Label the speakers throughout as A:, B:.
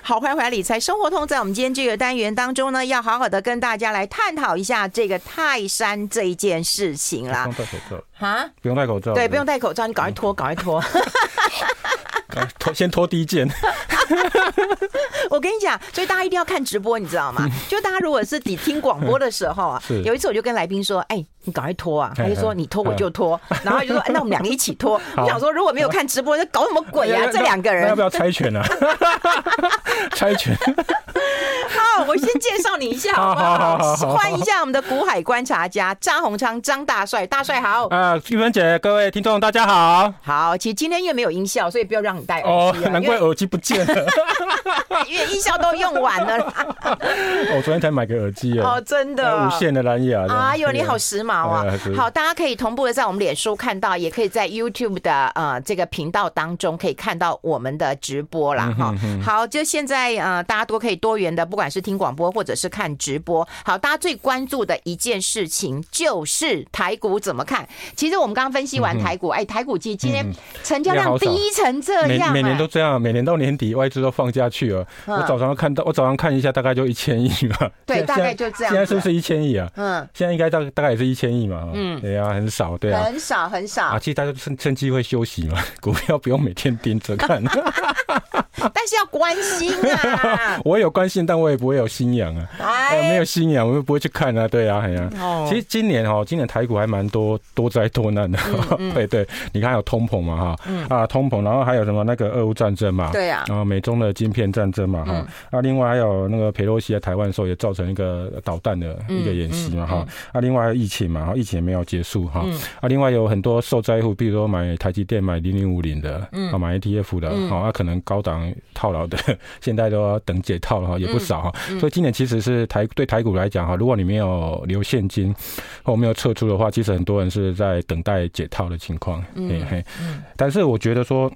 A: 好坏坏理财生活通，在我们今天这个单元当中呢，要好好的跟大家来探讨一下这个泰山这一件事情啦
B: 不。用戴口罩，
A: 啊，
B: 不用戴口罩，
A: 对，不用戴口罩，你赶快脱，赶快 脱。
B: 戴，啊脱先脱第一件，
A: 我跟你讲，所以大家一定要看直播，你知道 吗？就大家如果是只听广播的时候啊
B: 是，
A: 有一次我就跟来宾说：“哎，你赶快脱啊！”
B: 嘿
A: 他 就说：“
B: 嘿
A: 你脱我就 脱。”然后他就说哎：“那我们两个一起脱。”我
B: 好
A: 想说，如果没有看直播，那搞什么 鬼 啊？这两个
B: 那要
A: 人
B: 不。要猜拳啊？ 猜拳，
A: 好，我先介绍你一下，好不
B: 好好好
A: 好？
B: 好
A: 欢迎一下我们的股海观察家张宏昌张大帅，大帅好。
B: 啊，玉芬姐，各位听众，大家好。
A: 好，其实今天因为没有音效，所以不要让你戴
B: 哦
A: 耳机，啊，
B: 难
A: 因为
B: 怪耳机不见了。
A: 因为音效都用完 了啦。
B: 我哦昨天才买个耳机啊
A: 哦，，真的，
B: 无线的蓝牙的。
A: 哎呦，
B: 对
A: 你好时髦啊
B: 哎！是
A: 好，大家可以同步的在我们脸书看到，也可以在 YouTube 的呃这个频道当中可以看到我们的直播
B: 嗯
A: 啦。哈。好，就现在呃大家都可以多元的，不管是听广播或者是看直播。好，大家最关注的一件事情就是台股怎么看？其实我们刚刚分析
B: 嗯
A: 完台股，哎，台股其实今天成交量
B: 量好少
A: 低成这
B: 每
A: 样、哎
B: 每年都这样，每年到年底外资都放假去了。
A: 嗯
B: 我早上看到，我早上看一下，大概就一千亿嘛。
A: 对
B: 现在
A: 大概就这样子
B: 现在是不是一千亿啊？
A: 嗯，
B: 现在应该大大概也是一千亿嘛。
A: 嗯
B: 嗯，对啊，很少，对啊。
A: 很少很少。
B: 啊，其实大家趁趁机会休息嘛， 股票不用每天盯着看。
A: 但是要关心
B: ！
A: 啊
B: 我有关心，但我也不会有心痒啊。
A: 哎
B: 呃，哦没有信仰，我们不会去看啊。对啊，哎呀、
A: 哦
B: 其实今年哦，今年台股还蛮多多灾多难的。
A: 嗯
B: 对对，你看还有通膨嘛哈，啊通膨，然后还有什么那个俄乌战争嘛，
A: 对啊嗯
B: 然后美中的晶片战争嘛哈，啊另外还有那个佩洛西在台湾的时候也造成一个导弹的
A: 嗯
B: 一个演习嘛哈，啊另外还有疫情嘛，哈疫情也没有结束哈，
A: 嗯
B: 啊另外有很多受灾户，比如说买台积电买零零五零的，
A: 嗯
B: 啊买 ETF 的，好，啊可能高档套牢的， 现在都要等解套了哈，
A: 嗯
B: 也不少哈。所以今年其实是台对台股来讲哈，如果你没有留现金或没有撤出的话，其实很多人是在等待解套的情况。
A: 嗯
B: 嘿嘿，但是我觉得说。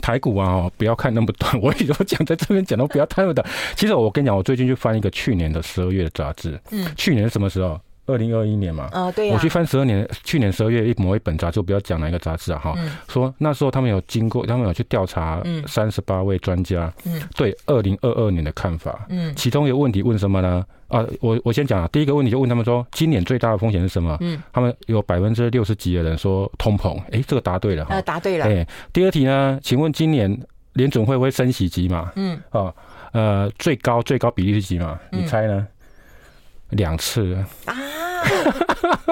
B: 台股啊，哦不要看那么短。 我有讲在这边讲都不要太那么短。其实我跟你讲，我最近去翻一个去年的十二月的杂志。
A: 嗯
B: 去年是什么时候？二零二一年嘛。
A: 啊、对呀、
B: 我去翻十二年，去年十二月一某一本杂志，我不要讲哪一个杂志啊哈，
A: 嗯
B: 说那时候他们有经过，他们有去调查
A: 嗯
B: 三十八位专家，
A: 嗯
B: 对二零二二年的看法，
A: 嗯
B: 其中有问题问什么呢？啊，我我先讲啊，第一个问题就问他们说，今年最大的风险是什么？
A: 嗯，
B: 他们有百分之六十几的人说通膨，诶，这个答对了哈
A: 呃，，答对了，
B: 哎，第二题呢，请问今年联准会会升息几码？
A: 嗯，
B: 哦，呃，最高最高比例是几码？
A: 嗯
B: 你猜呢？两次 了。
A: 啊，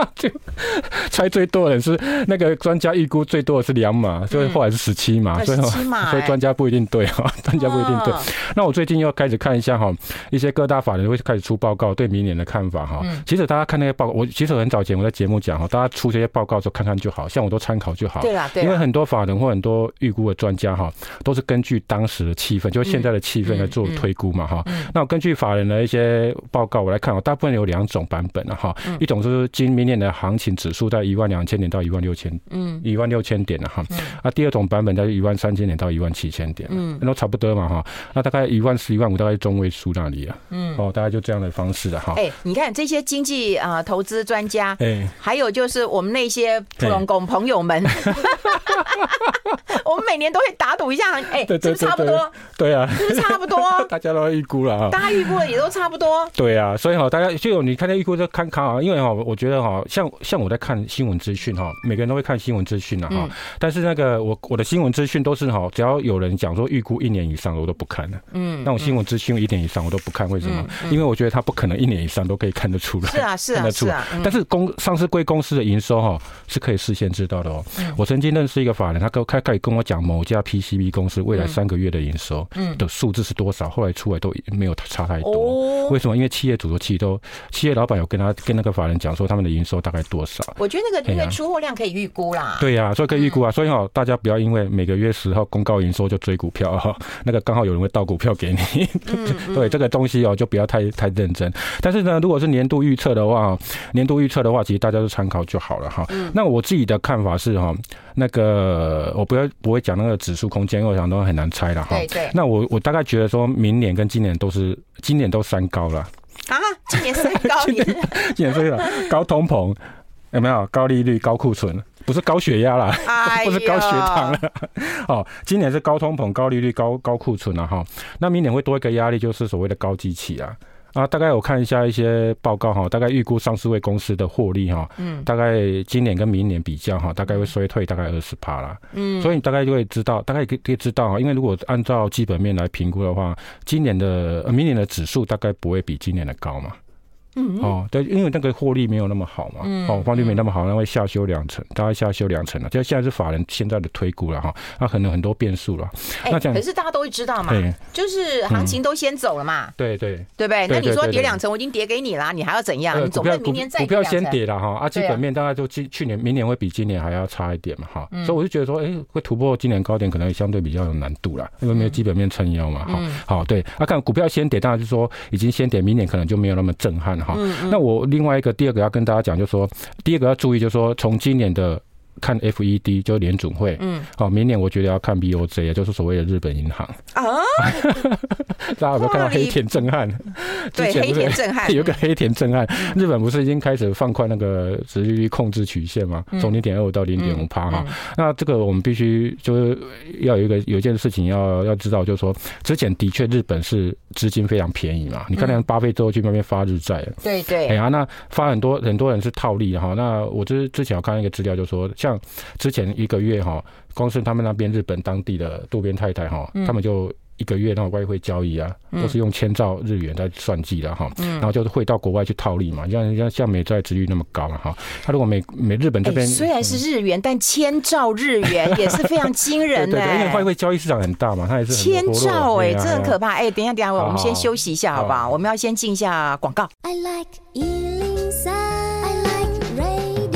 B: 猜最多的人是那个专家预估最多的是两码，所以后来是十七码，啊所以
A: 嗯十七码，哎
B: 所以专家不一定对哈， 专家不一定对。
A: 哦
B: 那我最近又开始看一下哈，一些各大法人会开始出报告，对明年的看法哈。
A: 嗯
B: 其实大家看那些报告，我其实很早前我在节目讲哈，大家出这些报告的时候看看就好，像我都参考就好。
A: 对啦，对啊
B: 因为
A: 啦，
B: 很多法人或很多预估的专家哈，都是根据当时的气氛，就是现在的气氛来做推估嘛哈。
A: 嗯
B: 那我根据法人的一些报告，我来看，哦，大部分有两种版本啊哈，
A: 嗯
B: 一种就是今明年的行情指数在一万两千点到一万六千
A: 嗯
B: 一万六千点了哈
A: 嗯，
B: 啊，第二种版本在一万三千点到一万七千点，
A: 嗯
B: 那都差不多嘛哈，那大概一万十一万五大概中位数那里啊，
A: 嗯，
B: 哦，大概就这样的方式了哈。
A: 哎、你看这些经济啊、呃投资专家。
B: 哎，
A: 还有就是我们那些普龙工朋友 们，我们每年都会打赌一下，哎、
B: 对
A: 是
B: 对
A: 不是差不多？
B: 对啊，
A: 是不是差不多？
B: 大家都会预估了啊。
A: 大家预估的也都差不多。
B: 对啊，所以哈、大家就有你看那预估就看看啊，因为哈、我觉得哈、像像我在看新闻资讯哈、每个人都会看新闻资讯啊哈、
A: 嗯
B: 但是那个我我的新闻资讯都是哈、只要有人讲说预估一年以上的，我都不看的。
A: 嗯
B: 那，种新闻资讯一年以上我都不看，为什么？
A: 嗯
B: 因为我觉得他不可能一年以上都可以看得出来。
A: 是啊，是
B: 看
A: 啊，
B: 得出
A: 是
B: 来
A: 啊。嗯
B: 但是公上市贵公司的营收哈、是可以事先知道的哦。
A: 嗯
B: 我曾经认识一个法人，他跟他开始跟我讲某家 PCB 公司未来三个月的营收
A: 嗯
B: 的数字是多少，后来出来都没有差太多。
A: 哦
B: 为，什么？因为企业主其实都，企业老板有跟他跟那个法人讲说他们的营收大概多少。
A: 我觉得那个
B: 哎
A: 因
B: 呀
A: 为出货量可以预估啦。
B: 对呀、所以可以预
A: 嗯
B: 估啊，所以哦，大家不要因为每个月十号公告营收就追股票啊、那个刚好有人会倒股票给你。
A: 嗯
B: 对这个东西哦，就不要太太认真。但是呢，如果是年度预测的话，年度预测的话，其实大家就参考就好了哈。那我自己的看法是哈，那个我不要不会讲那个指数空间，因为我想都很难猜了哈。
A: 对对
B: 那我我大概觉得说明年跟今年都是今年都三高了，
A: 啊， 今年三高，你是
B: 今年是高通膨有没有？高利率、高库存。不是高血压啦，
A: 哎
B: 不是高血糖
A: 呦
B: 了。 哦，今年是高通膨、高利率、高高库存了、哈。那明年会多一个压力，就是所谓的高基期啊。啊，大概我看一下一些报告哈，大概预估上市位公司的获利哈，
A: 嗯
B: 大概今年跟明年比较哈，大概会衰退大概二十趴啦。
A: 嗯，
B: 所以你大概就会知道，大概可以可以知道啊，因为如果按照基本面来评估的话，今年的、呃明年的指数大概不会比今年的高嘛。
A: 嗯
B: 哦，对，因为那个获利没有那么好嘛，
A: 嗯
B: 哦，获利没那么好，那会下修两成，大概下修两成了。啊就现在是法人现在的推估了哈，那、可能很多变数了。
A: 哎、
B: 那这样
A: 可是大家都会知道嘛，
B: 对
A: 就是行情都先走了嘛，
B: 对对，
A: 对不对？
B: 对
A: 那你说
B: 对对
A: 跌
B: 对
A: 两成，我已经跌给你啦，你还要怎样？
B: 呃
A: 你
B: 股
A: 总不
B: 票
A: 能
B: 股
A: 明年再
B: 股票先
A: 跌
B: 跌了哈，啊，基
A: 对啊
B: 本面大概就去去年明年会比今年还要差一点嘛哈，
A: 嗯
B: 所以我就觉得说，哎、会突破今年高点可能相对比较有难度啦，因为没有
A: 嗯
B: 基本面撑腰嘛哈。好，对，啊，看股票先跌，当然是说已经先跌，明年可能就没有那么震撼哈。
A: 嗯
B: 那我另外一个第二个要跟大家讲，就是说第二个要注意，就是说从今年的。看 FED 就是联准会，嗯，好、明年我觉得要看 BOJ，也就是所谓的日本银行。
A: 两成啊？
B: 大家有没有看
A: 哦
B: 到
A: 哇你
B: 黑田 震撼？
A: 对，
B: 之前
A: 黑
B: 不是，
A: 田震撼 嗯
B: 有一个黑田震撼，日本不是已经开始放宽那个殖利率控制曲线吗？
A: 嗯
B: 从零点二五到零点五帕哈。那这个我们必须就是要有一个有一件事情要要知道，就是说之前的确日本是资金非常便宜嘛，你看那巴菲特去那边发日债，
A: 对嗯对，
B: 哎呀，那发很多很多人是套利的哈。那我就是之前有看到一个资料，就说像之前一个月哈，光是他们那边日本当地的渡边太太哈，
A: 嗯
B: 他们就。一个月那种外汇交易啊，都是用千兆日元在算计的哈，
A: 嗯
B: 然后就是汇到国外去套利嘛，像像像美债殖率那么高嘛啊哈，他如果美美日本这
A: 哎
B: 边嗯
A: 虽然是日元，但千兆日元也是非常惊
B: 对
A: 人
B: 对
A: 的、
B: 对，因为外汇交易市场很大嘛，它也是很
A: 千
B: 活络
A: 兆哎、
B: 对啊
A: 这很
B: 对啊
A: 可怕哎、等一下，等一下，我们先
B: 哎好好
A: 休息一下，好不好？
B: 好
A: 我们要先进一下广告。
C: I like Ealing Sound. I like radio.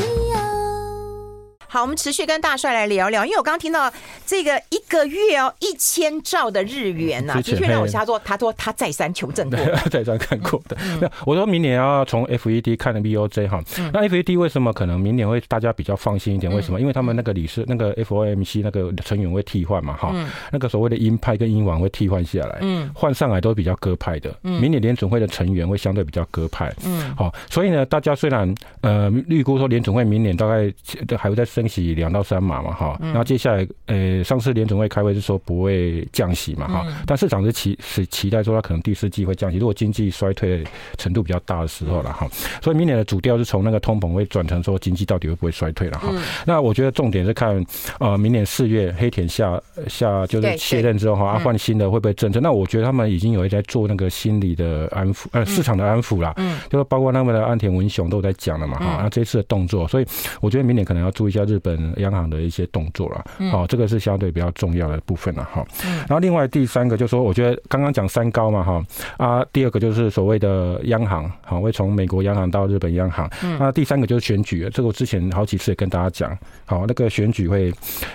A: 好，我们持续跟大帅来聊聊，因为我刚刚听到这个一个月哦一千兆的日元呐、啊，
B: 之
A: 的
B: 前
A: 确让我
B: 嘿
A: 想说，他说他再三求证过，
B: 在这看过的。
A: 嗯
B: 那我说明年要从 FED 看的 BOJ 哈，那 FED 为什么可能明年会大家比较放心一
A: 嗯
B: 点？为什么？因为他们那个理事那个 FOMC 那个成员会替换嘛哈，
A: 嗯
B: 那个所谓的鹰派跟鹰王会替换下来，换上来都比较鸽派的。明年联准会的成员会相对比较鸽派，
A: 嗯
B: 好，所以呢，大家虽然呃预估说联准会明年大概呃还会再升息两到三码嘛哈，
A: 嗯
B: 然后接下来呃上次联准会开会是说不会降息嘛
A: 嗯
B: 哈，但市场是期是期待说它可能第四季会降息，如果经济衰退程度比较大的时候了哈，所以明年的主调是从那个通膨会转成说经济到底会不会衰退了哈。
A: 嗯
B: 那我觉得重点是看呃明年四月黑田下下就
A: 对
B: 是卸任之后哈，啊
A: 嗯
B: 换新的会不会政策？那我觉得他们已经有在做那个心理的安抚，呃市场的安抚啦。
A: 嗯
B: 就是包括他们的安田文雄都在讲了嘛，哈、
A: 嗯
B: 那、这次的动作，所以我觉得明年可能要注意一下日本央行的一些动作了，好、
A: 嗯
B: 这个是相对比较重要的部分了，哈、
A: 嗯
B: 然后另外第三个就是说，我觉得刚刚讲三高嘛，哈啊，第二个就是所谓的央行，好、会从美国央行到日本央行，
A: 嗯
B: 那第三个就是选举，这个我之前好几次也跟大家讲，好、那个选举会，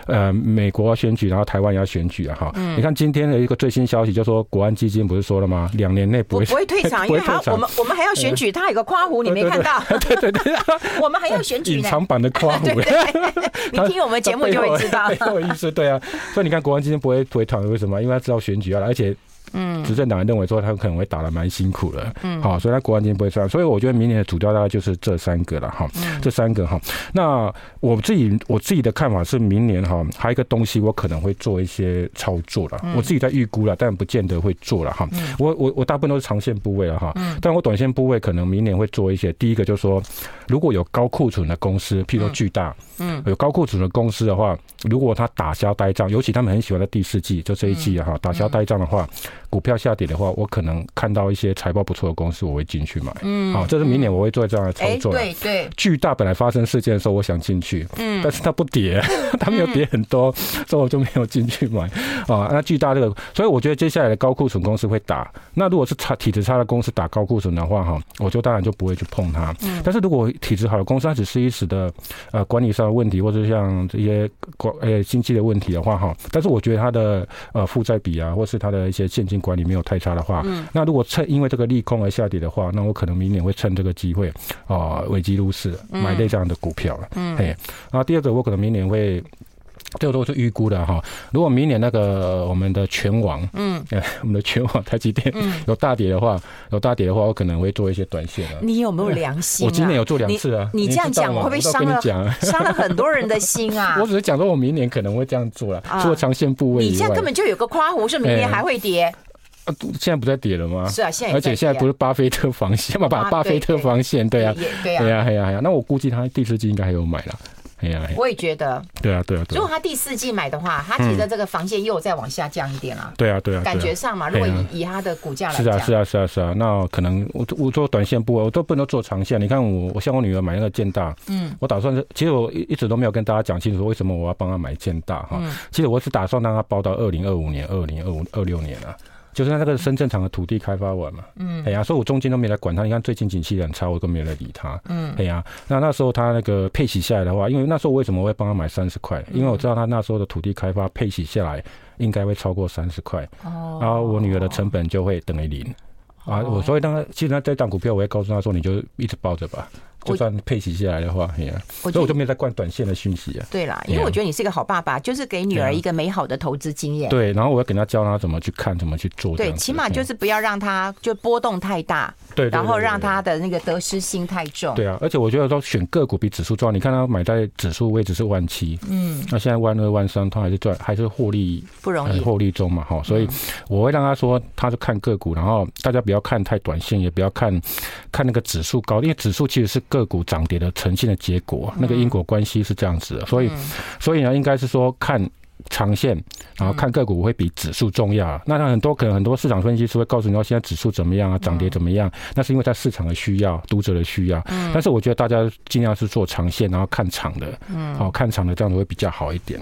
B: 呃，美国要选举，然后台湾也要选举啊，哈、
A: 嗯
B: 你看今天的一个最新消息，就说国安基金不是说了吗？两年内不
A: 我
B: 会
A: 不会退场，因
B: 不
A: 为
B: 会
A: 还要
B: 退场
A: 我们我们还要选举，他有个夸胡，你没看到？对对 对，我们还要选举
B: 隐
A: 呢。
B: 藏版的夸虎
A: 对
B: 了。
A: 对，你听我们节目就会知道
B: 没。有意思，对啊。所以你看，国安基金不会回团，为什么？因为他知道选举要来，而且
A: 嗯
B: 执政党认为说他可能会打得蛮辛苦的，嗯，好，所以他国安基金不会出来。所以我觉得明年的主调大概就是这三个了哈，
A: 嗯
B: 这三个哈。那我自己我自己的看法是，明年哈还有一个东西我可能会做一些操作了，
A: 嗯
B: 我自己在预估了，但不见得会做了哈。我我我大部分都是长线部位了哈，
A: 嗯
B: 但我短线部位可能明年会做一些。第一个就是说，如果有高库存的公司，譬如说巨大，
A: 嗯
B: 有高库存的公司的话，如果它打消呆账，尤其他们很喜欢在第四季，就这一季
A: 嗯
B: 啊哈、打消呆账的话，股票下跌的话，我可能看到一些财报不错的公司，我会进去买。
A: 嗯
B: 好、这是明年我会做这样的操
A: 哎，
B: 作啦。
A: 对对，
B: 巨大本来发生事件的时候，我想进去，
A: 嗯
B: 但是它不跌，它没有跌很多，所以我就没有进去买啊。那巨大这个，所以我觉得接下来的高库存公司会打。那如果是差体质差的公司打高库存的话，哈，我就当然就不会去碰它。
A: 嗯
B: 但是如果体质好的公司，它只是一时的呃管理上的问题，或者像这些管呃经济的问题的话，哈，但是我觉得它的呃负债比啊，或是它的一些现金管理没有太差的话，
A: 嗯
B: 那如果趁因为这个利空而下跌的话，那我可能明年会趁这个机会
A: 嗯
B: 啊啊、呃、危机入市买类这样的股票了。嗯，嘿，然后第二个我可能明年会。最多是预估的哈。如果明年那个呃我们的全网，
A: 嗯，
B: 我们的全网台积电有大跌的话，有大跌的话，我可能会做一些短线的。
A: 你有没有良心、啊？
B: 我今年有做两次啊
A: 嗯啊你你这样讲
B: 你知道吗
A: 会不会
B: 我都跟
A: 伤了
B: 你讲啊
A: 伤了很多人的心啊
B: 我！只是讲说，我明年可能会这样做了，除了长线部位以
A: 你
B: 外，
A: 这样根本就有个夸胡，是明年
B: 哎
A: 还会跌。
B: 啊都现在不在跌了吗？
A: 是啊，现在
B: 而且现在不
A: 是
B: 是巴菲特防线嘛，
A: 啊
B: 把巴菲特防线，对啊，
A: 对
B: 对
A: 啊，
B: 啊，对啊，对啊。那我估计他第四季应该还有买了，哎呀，哎呀
A: 我也觉得，
B: 对啊，对啊，对
A: 如果
B: 啊，
A: 他第四季买的话，他其实这个防线又再往下降一点了，
B: 对啊，对啊，
A: 感
B: 对啊
A: 觉上嘛，如果
B: 哎呀
A: 以以他的股价来
B: 是啊，
A: 讲，
B: 是啊，是啊，是啊。那可能我我做短线部位，我都不能做长线。你看我，我像我女儿买那个建大，
A: 嗯，
B: 我打算是，其实我一一直都没有跟大家讲清楚为什么我要帮她买建大哈。
A: 嗯
B: 其实我是打算让她包到二零二五年、二零二五、二六年啊。就是那个深圳厂的土地开发完嘛，嗯，哎呀，所以我中间都没来管它。你看最近景气很差，我都没有来理它，
A: 嗯，
B: 哎呀，那那时候他那个配息下来的话，因为那时候为什么我会帮他买三十块？因
A: 嗯
B: 为我知道他那时候的土地开发配息下来应该会超过三十块，
A: 哦，
B: 然后我女儿的成本就会等于零。啊，
A: 哦
B: 我所以当然，其实这档股票我会告诉她说，你就一直抱着吧，
A: 我
B: 就算配息下来的话，哎呀，
A: 我
B: 所以
A: 觉
B: 我
A: 得
B: 就没有在灌短线的讯息啊。
A: 对啦，因为
B: 对啊
A: 我觉得你是一个好爸爸，就是给女儿
B: 对啊
A: 一个美好的投资经验。
B: 对，啊然后我要给她教她怎么去看，怎么去做这
A: 对，
B: 样子。
A: 起码就是不要让他就波动太大，
B: 嗯对，对
A: 然后
B: 对对
A: 让
B: 对
A: 他的那个得失心太重。
B: 对啊，而且我觉得说选个股比指数重要。你看它买在指数位置是万七，
A: 嗯，
B: 那现在万二万三，它还是赚，还是获利
A: 不容
B: 很
A: 易。
B: 呃获利中嘛，哈，所以我会让他说，他就看个股，然后大家不要看太短线，也不要看看那个指数高，因为指数其实是个股涨跌的呈现的结果，那个因果关系是这样子的，所以
A: 嗯
B: 所以呢，应该是说看。长线，然后看个股会比指数重要、啊。那那很多可能很多市场分析师会告诉你说，现在指数怎么样啊，涨跌怎么样？那是因为在市场的需要、读者的需要。但是我觉得大家尽量是做长线，然后看长的，好、看长的这样子会比较好一点。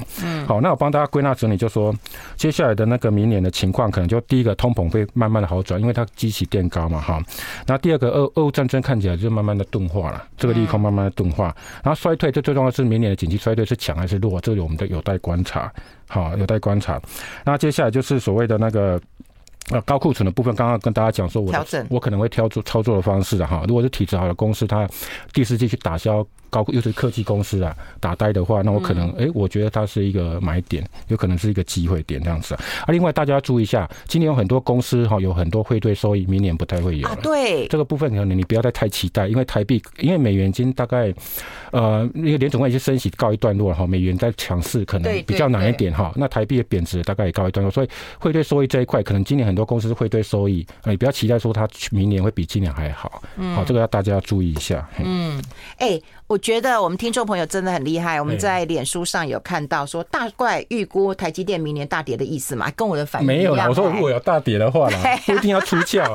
B: 好，那我帮大家归纳整理，就说接下来的那个明年的情况，可能就第一个通膨会慢慢的好转，因为它基期垫高嘛，哈。那第二个俄俄乌战争看起来就慢慢的钝化了，这个利空慢慢的钝化。然后衰退，这最重要的是明年的景气衰退是强还是弱，这个我们都有待观察，好，有待观察。那接下来就是所谓的那个。呃，高库存的部分，刚刚跟大家讲说我的，
A: 调整
B: 我可能会挑出操作的方式的哈。如果是体质好的公司，它第四季去打消高，又是科技公司啊，打呆的话，那我可能，诶，我觉得它是一个买点，有可能是一个机会点这样子啊。啊，另外大家要注意一下，今年有很多公司哈、有很多汇兑收益，明年不太会有
A: 啊
B: 了。，
A: 对，
B: 这个部分可能你不要再太期待，因为台币，因为美元已经大概，呃，因为联总会已经升息告一段落了哈，美元在强势可
A: 对
B: 能比较难一点哈。那台币的贬值大概也告一段落，所以汇兑收益这一块，可能今年很多公司汇兑收益，呃你不要期待说它明年会比今年还好，
A: 嗯
B: 好，这个要大家要注意一下。嗯，
A: 哎，我觉得我们听众朋友真的很厉害。我们
B: 哎
A: 在脸书上有看到说，大概预估台积电明年大跌的意思嘛，跟我的反应
B: 没有啦，
A: 一样
B: 我说
A: 哎
B: 如果有大跌的话 啦，不一定要出价，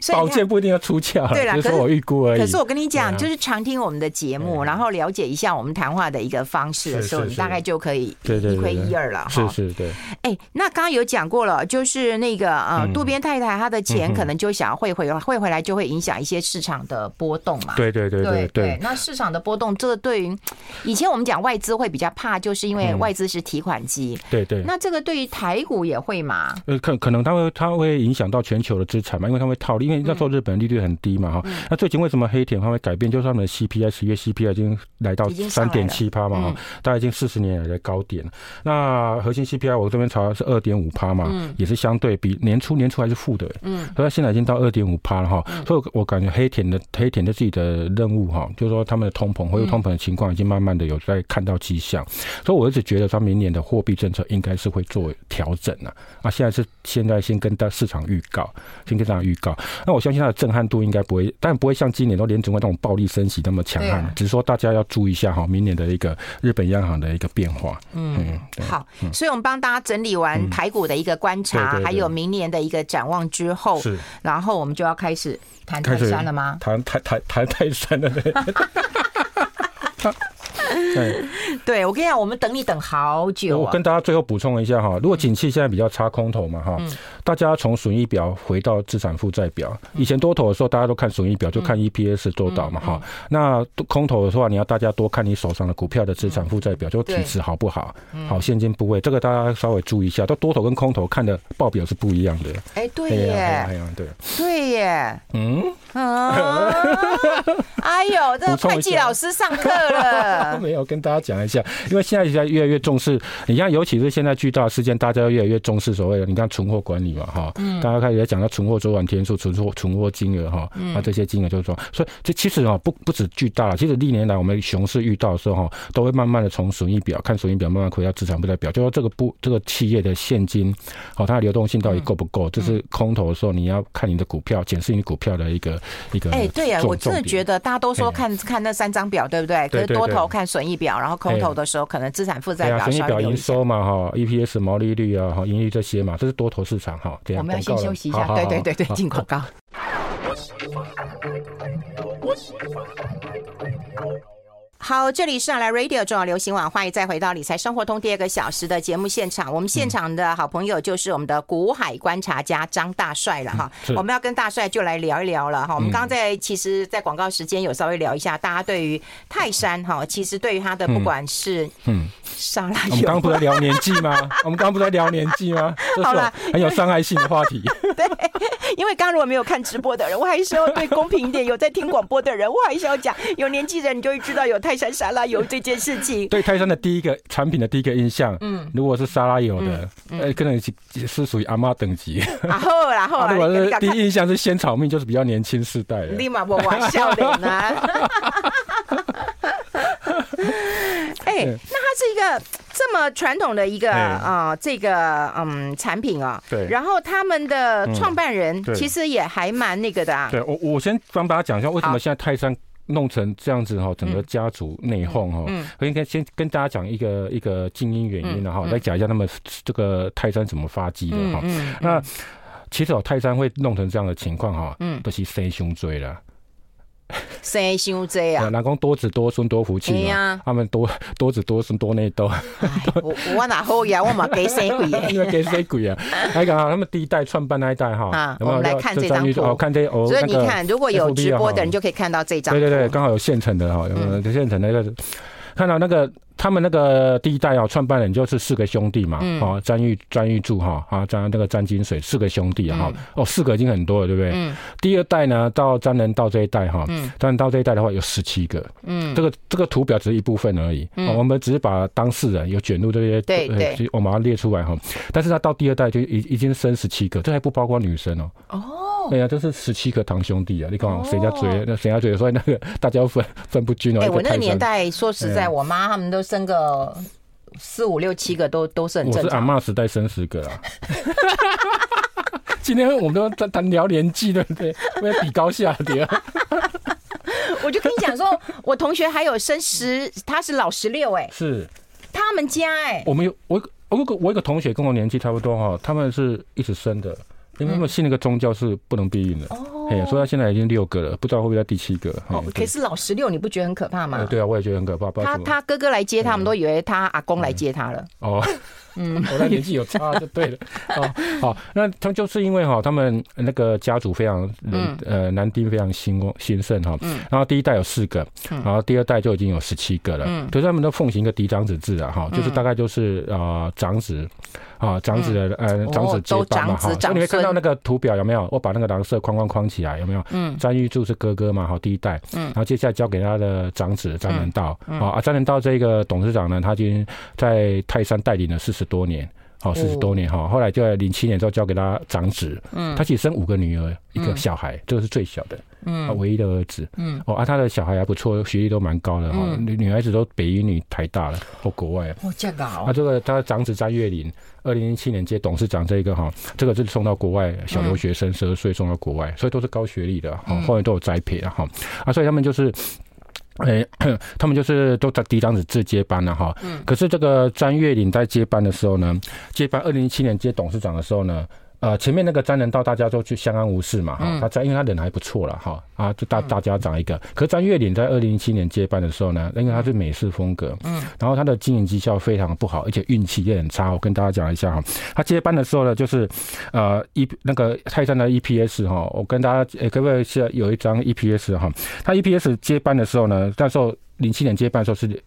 A: 所以你
B: 保
A: 看
B: 健不一定要出价，
A: 对啦
B: 就是
A: 可
B: 说
A: 是
B: 我预估而已。
A: 可是我跟你讲，
B: 对啊
A: 就是常听我们的节目，然后了解一下我们谈话的一个方式的
B: 是
A: 时候，
B: 是
A: 你大
B: 是
A: 概就可以
B: 对对
A: 一
B: 对
A: 窥
B: 对
A: 一二了哈
B: 是。是对，
A: 哎，那刚刚有讲过了，就是那个呃，
B: 嗯
A: 渡边太太她的钱可能就想要汇回来，汇回来就会影响一些市场的波动嘛。
B: 对对对对对。
A: 那市场的波动，这个对于以前我们讲外资会比较怕，就是因为
B: 嗯
A: 外资是提款机。
B: 对对，
A: 那这个对于台股也会嘛？
B: 呃，可可能它会它会影响到全球的资产嘛，因为它会套利，因为那时候日本利率很低嘛哈、
A: 嗯
B: 那最近为什么黑田它会改变？就是他们的 CPI 十月 CPI 已经来到
A: 已经上
B: 三
A: 来了
B: 点七趴嘛哈、
A: 嗯
B: 大概已经四十年来的高点了。那核心 CPI 我这边查是二点五趴嘛、也是相对比年初年初还是负的、
A: 嗯，
B: 所以它现在已经到二点五趴了哈、所以我我感觉黑田的黑田的自己的任务哈，就是说他们的通膨或
A: 嗯
B: 者通膨的情况已经慢慢的有在看到迹象，所以我一直觉得他明年的货币政策应该是会做调整啊。啊，现在是现在先跟大市场预告，先跟大家预告。那我相信它的震撼度应该不会，但不会像今年都联准会那种暴力升息那么强
A: 对
B: 悍，
A: 啊
B: 只是说大家要注意一下哈，明年的一个日本央行的一个变化。嗯，对。
A: 好，所以我们帮大家整理完台股的一个观察，
B: 对对对
A: 还有明年的一个展望之后，
B: 是
A: 然后我们就要开始谈
B: 开
A: 泰
B: 始
A: 山了吗？
B: 谈谈谈谈泰山了，对。 对，
A: 对，我跟你讲，我们等你等好久、啊。嗯
B: 我跟大家最后补充一下哈，如果景气现在比较差空头嘛哈，大家从损益表回到资产负债表。
A: 嗯
B: 以前多头的时候，大家都看损益表，就看 E EPS 多少嘛
A: 嗯
B: 哈。那空头的话，你要大家多看你手上的股票的资产负债表，
A: 嗯
B: 就体质好不好，好现金部位，这个大家稍微注意一下。都多头跟空头看的报表是不一样的。
A: 哎，对
B: 哎呀，哎呀哎
A: 耶，
B: 呀，对，
A: 对耶，
B: 嗯，
A: 啊，哎呦，这
B: 补充一下
A: 会计老师上课了，
B: 没有跟大家讲一下，因为现在在越来越重视，你看，尤其是现在巨大的事件，大家越来越重视所谓的你看存货管理嘛，哈，
A: 嗯
B: 大家开始在讲到存货周转天数、存货存货金额哈，
A: 嗯
B: 啊这些金额就是说，所以这其实啊不不止巨大了，其实历年来我们熊市遇到的时候哈，哦都会慢慢的从损益表看损益表，慢慢回到资产负债表，就说这个不这个企业的现金，好它的流动性到底够不够，
A: 嗯
B: 这是空头的时候你要看你的股票，检视你股票的一个一个重。
A: 哎、对呀、我真的
B: 得。
A: 觉得大家都说
B: 哎
A: 看看那三张表，对不对？可
B: 对
A: 是
B: 对
A: 多
B: 对
A: 头看损益表，然后空头的时候可能资产负
B: 对
A: 债
B: 啊，
A: 表
B: 损益
A: 稍
B: 表
A: 微留意。
B: 营收嘛，哈，EPS 毛利率啊，哈，盈利这些嘛，这是多头市场哈。这样
A: 我们要先
B: 广告了
A: 休息一下，
B: 好好
A: 对
B: 好
A: 对对对
B: 好，
A: 进广告。好，这里是阿来 Radio 中央流行网，欢迎再回到理财生活通第二个小时的节目现场。我们现场的好朋友就是我们的股海观察家张大帅了哈。
B: 嗯是
A: 我们要跟大帅就来聊一聊了哈。我们
B: 嗯
A: 刚刚在其实，在广告时间有稍微聊一下，大家对于泰山哈，其实对于他的不管是
B: 嗯，
A: 沙拉
B: 我们
A: 油
B: 刚刚不是在聊年纪 吗？我们刚刚不是在聊年纪吗？这是
A: 好
B: 有
A: 啦
B: 很有伤害性的话 题。
A: 因为刚刚如果没有看直播的人，我还是要对公平一点；有在听广播的人，我还是要讲。有年纪人，你就会知道有泰山沙拉油这件事情。
B: 对泰山的第一个产品的第一个印象，嗯，如果是沙拉油
A: 嗯
B: 的，呃，可能是是属于阿妈等级；
A: 然后啦，然后
B: 啊
A: 啦，
B: 如果
A: 你
B: 是
A: 赶
B: 第
A: 快
B: 一印象是鲜草蜜，就是比较年轻世代的。
A: 立马我玩笑脸啊呢。 哎，那它是一个这么传统的一个
B: 哎
A: 啊、呃这个嗯产品啊、
B: 对
A: 然后他们的创办人
B: 嗯对
A: 其实也还蛮那个的啊。
B: 对我，我先帮大家讲一下为什
A: 好
B: 么现在泰山弄成这样子哈，整个家族内讧哈。
A: 嗯
B: 我应该先跟大家讲一个一个精英原因，然后
A: 嗯
B: 再讲一下他们这个泰山怎么发迹的
A: 嗯
B: 哈。
A: 嗯，
B: 那其实哦，泰山会弄成这样的情况哈，
A: 嗯
B: 都是生胸椎了。
A: 生修这
B: 呃
A: 啊，
B: 人讲多子多孙多福
A: 哎
B: 气嘛，
A: 呀，
B: 他们多多子多孙多内 斗，
A: 哎我我哪后呀，我嘛给生鬼耶。
B: 因为给谁鬼啊？还讲啊他们第一代创办那一代哈
A: 啊，我们来看这张
B: 张玉
A: 图
B: 哦，看这哦，
A: 所以你
B: 那个
A: 看，如果有
B: FB 啊
A: 直播
B: 哈
A: 的人，就可以看到这张图。
B: 对对对，刚好有现成的哈，有没有
A: 嗯
B: 现成的那个，看到那个他们那个第一代哦，创办人就是四个兄弟嘛，
A: 嗯
B: 哦，詹玉詹玉柱哈，啊，詹那个詹金水四个兄弟哈，哦，四个已经很多了，对不对？
A: 嗯
B: 第二代呢，到詹仁道这一代哈，
A: 嗯
B: 詹仁道这一代的话有十七个，
A: 嗯
B: 这个这个图表只是一部分而已，
A: 嗯
B: 哦我们只是把当事人有卷入这些，
A: 对
B: 呃
A: 对
B: 就我们把它列出来哈。但是他到第二代就已已经生十七个，这还不包括女生哦。哦，对呀、这是十七个堂兄弟啊！你看谁家嘴，那谁家嘴，所以那个大家分分不均哦。
A: 哦哎、
B: 一
A: 我那个
B: 泰
A: 年
B: 山，
A: 代，说实
B: 哎
A: 在，我妈他们都生个四五六七个都，都是很
B: 我是
A: 正
B: 阿
A: 常。
B: 嬷时代生十个啊。 今天我们都在谈聊年纪，对不对？我要比高下的。
A: 我就跟你讲 说，我同学还有生十，他是老十六，哎，
B: 是
A: 他们家哎、
B: 我们有我有我有个我有个同学跟我年纪差不多哈，他们是一直生的，
A: 嗯
B: 因为他们信那个宗教是不能避孕的。哎、所以他现在已经六个了，不知道会不会在第七个。嘿
A: 哦，可
B: 对
A: 是老十六，你不觉得很可怕吗？
B: 呃对啊，我也觉得很可怕。不知
A: 他
B: 道怎么
A: 他哥哥来接他
B: 哎
A: 们，都以为他阿公来接他了。
B: 哦，嗯，我那年纪有差就对了。哦，好，那他们就是因为哈，他们那个家族非常，
A: 嗯
B: 呃，男丁非常兴旺兴盛哈。
A: 嗯
B: 然后第一代有四个，
A: 嗯
B: 然后第二代就已经有十七个了。
A: 嗯
B: 可是他们都奉行一个嫡长子制啊，哈，就是
A: 嗯
B: 大概就是啊长子。啊，长子的呃，长子
A: 嗯
B: 接
A: 哦都
B: 班嘛
A: 长子
B: 哈，所以
A: 长
B: 你会看到
A: 孙
B: 那个图表有没有？我把那个蓝色框框框起来，有没有？
A: 嗯
B: 詹玉柱是哥哥嘛，好第一代，
A: 嗯
B: 然后接下来交给他的长子张仁道，好啊，张仁道这个董事长呢，他已经在泰山带领了四十多年。
A: 哦
B: 好四十多年哈，后来就在零七年之后交给他长子，
A: 嗯
B: 他其实生五个女儿，一个小孩，这个是最小的，啊，
A: 嗯
B: 唯一的儿子。
A: 嗯，
B: 哦啊，他的小孩还不错，学历都蛮高的哈，
A: 嗯
B: 女女孩子都北一女台大了，或国外啊。
A: 哦，这个哦
B: 啊，这个他的长子詹月林，二零零七年接董事长这个哈，这个是送到国外小留学生，十二岁送到国外，所以都是高学历的，哈后来都有栽培了哈，啊，所以他们就是。哎、 他们就是都在嫡长子制接班了哈。嗯。可是这个詹月岭在接班的时候呢，接班二零一七年接董事长的时候呢，呃，前面那个詹仁道大家都去相安无事嘛哈。他在因为他人还不错了哈，啊，就大大家长一个。可是詹月岭在二零一七年接班的时候呢，因为他是美式风格，然后他的经营绩效非常不好，而且运气也很差。我跟大家讲一下哈，他接班的时候呢，就是呃一那个泰山的 EPS 哈，我跟大家呃各位是有一张 EPS 哈，他 EPS 接班的时候呢，那时候零七年接班的时候是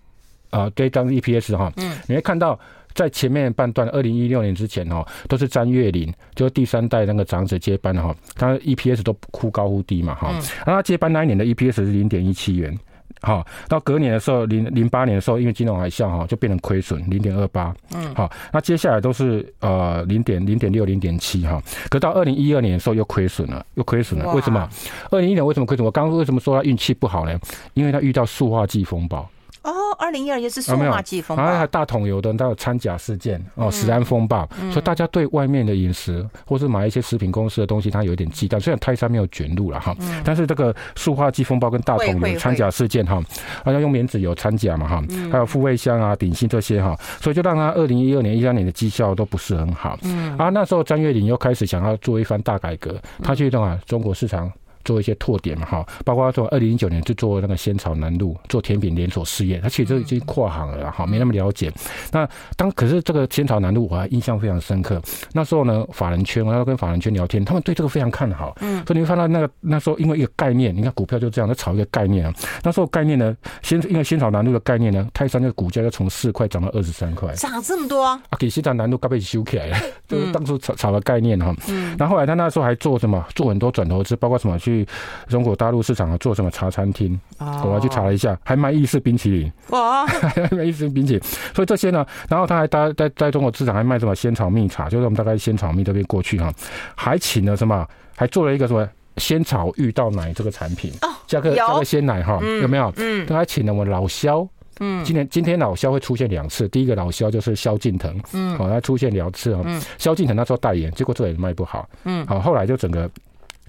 B: 呃这一张 EPS 哈，嗯，你会看到。在前面半段，二零一六年之前哈，都是詹月林，就是第三代那个长子接班 E 嗯啊的哈，他 EPS 都忽高忽低嘛哈。然后他接班那一年的 EPS 是零点一七元，好、到隔年的时候，零零八年的时候，因为金融海啸哈、就变成亏损零点二八，嗯，好、那接下来都是呃零点零点六、零点七哈，可到二零一二年的时候又亏损了，又亏损了，
A: 哇
B: 为什么？二零一年为什么亏损？我刚刚为什么说他运气不好呢？因为他遇到塑化剂风暴，
A: 哦，二零一二也是塑
B: 啊有没有
A: 化剂风暴，
B: 然后还有大桶油的，还有掺假事件
A: 嗯
B: 哦，食安风暴，所以大家对外面的饮食或是买一些食品公司的东西，它有一点忌惮。虽然泰山没有卷入了哈，但是这个塑化剂风暴跟大桶
A: 嗯会嗯
B: 油
A: 会
B: 掺假事件哈，还要用棉籽油掺假嘛哈，还有富卫香啊、鼎新这些哈，所以就让它二零一二年、一三年的绩效都不是很好。
A: 嗯
B: 啊，那时候张月林又开始想要做一番大改革，他去弄啊中国市场。做一些拓点嘛，哈，包括从二零一九年就做那个仙草南路做甜品连锁事业，他其实都已经跨行了啦，哈，没那么了解。那当可是这个仙草南路我还印象非常深刻，那时候呢，法人圈，我要跟法人圈聊天，他们对这个非常看好，嗯，所以你会看到那个那时候因为一个概念，你看股票就这样，它炒一个概念啊，那时候概念呢，先因为仙草南路的概念呢，泰山的股价要从四块涨到二十三块，
A: 涨这么多，
B: 啊，给西藏南路刚被修起来了，就是当初炒炒的概念哈。
A: 嗯
B: 然后后来他那时候还做什么？做很多转投资，包括什么去中国大陆市场啊，做什么茶餐厅，
A: 嗯哦
B: 我还去查了一下，还卖意式冰淇淋，
A: 哇，
B: 还卖意式冰淇淋。所以这些呢，然后他还搭在在中国市场还卖什么仙草蜜茶，就是我们大概仙草蜜这边过去哈，还请了什么，还做了一个什么。仙草遇到奶这个产品，加个
A: 有
B: 加个鲜奶哈，哦有没有？
A: 嗯
B: 他还请了我们老萧。嗯，今年今天老萧会出现两次，第一个老萧就是萧敬腾，嗯，好、他出现两次哦。萧敬腾那时候代言，结果这也卖不好，嗯，好、后来就整个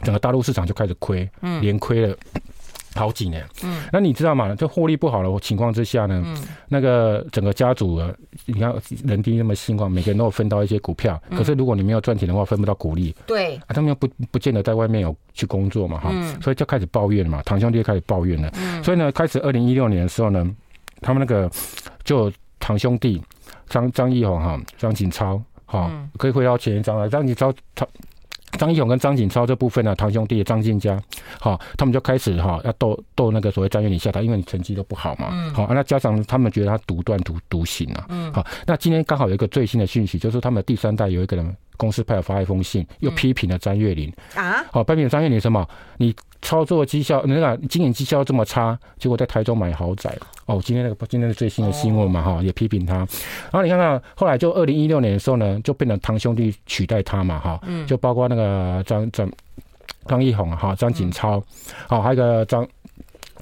B: 整个大陆市场就开始亏，嗯，连亏了。好几年，嗯，那你知道吗？这获利不好的情况之下呢，那个整个家族啊，你看人丁那么兴旺，每个人都有分到一些股票，可是如果你没有赚钱的话，分不到股利，
A: 对，
B: 啊，他们又不不见得在外面有去工作嘛，哈、所以就开始抱怨了嘛，堂兄弟就开始抱怨了，所以呢，开始二零一六年的时候呢，他们那个就堂兄弟张张艺宏哈，张景超哈，可以回到前一章啊，张景超他。张艺宏跟张景超这部分呢、堂兄弟张静佳，好、他们就开始哈、要斗斗那个所谓张元礼下台，因为你成绩都不好嘛，好、啊那加上他们觉得他独断独独行啊，好、那今天刚好有一个最新的讯息，就是他们第三代有一个人公司派发一封信，又批评了张月林，
A: 啊，
B: 好、批评张月林什么？你操作绩效，那个经营绩效这么差，结果在台中买豪宅，哦，今天那个今天的最新的新闻嘛，哈、也批评他。然后你看看，后来就二零一六年的时候呢，就变成堂兄弟取代他嘛，哈、就包括那个张张张艺宏啊哈，张景超，好、还有一个张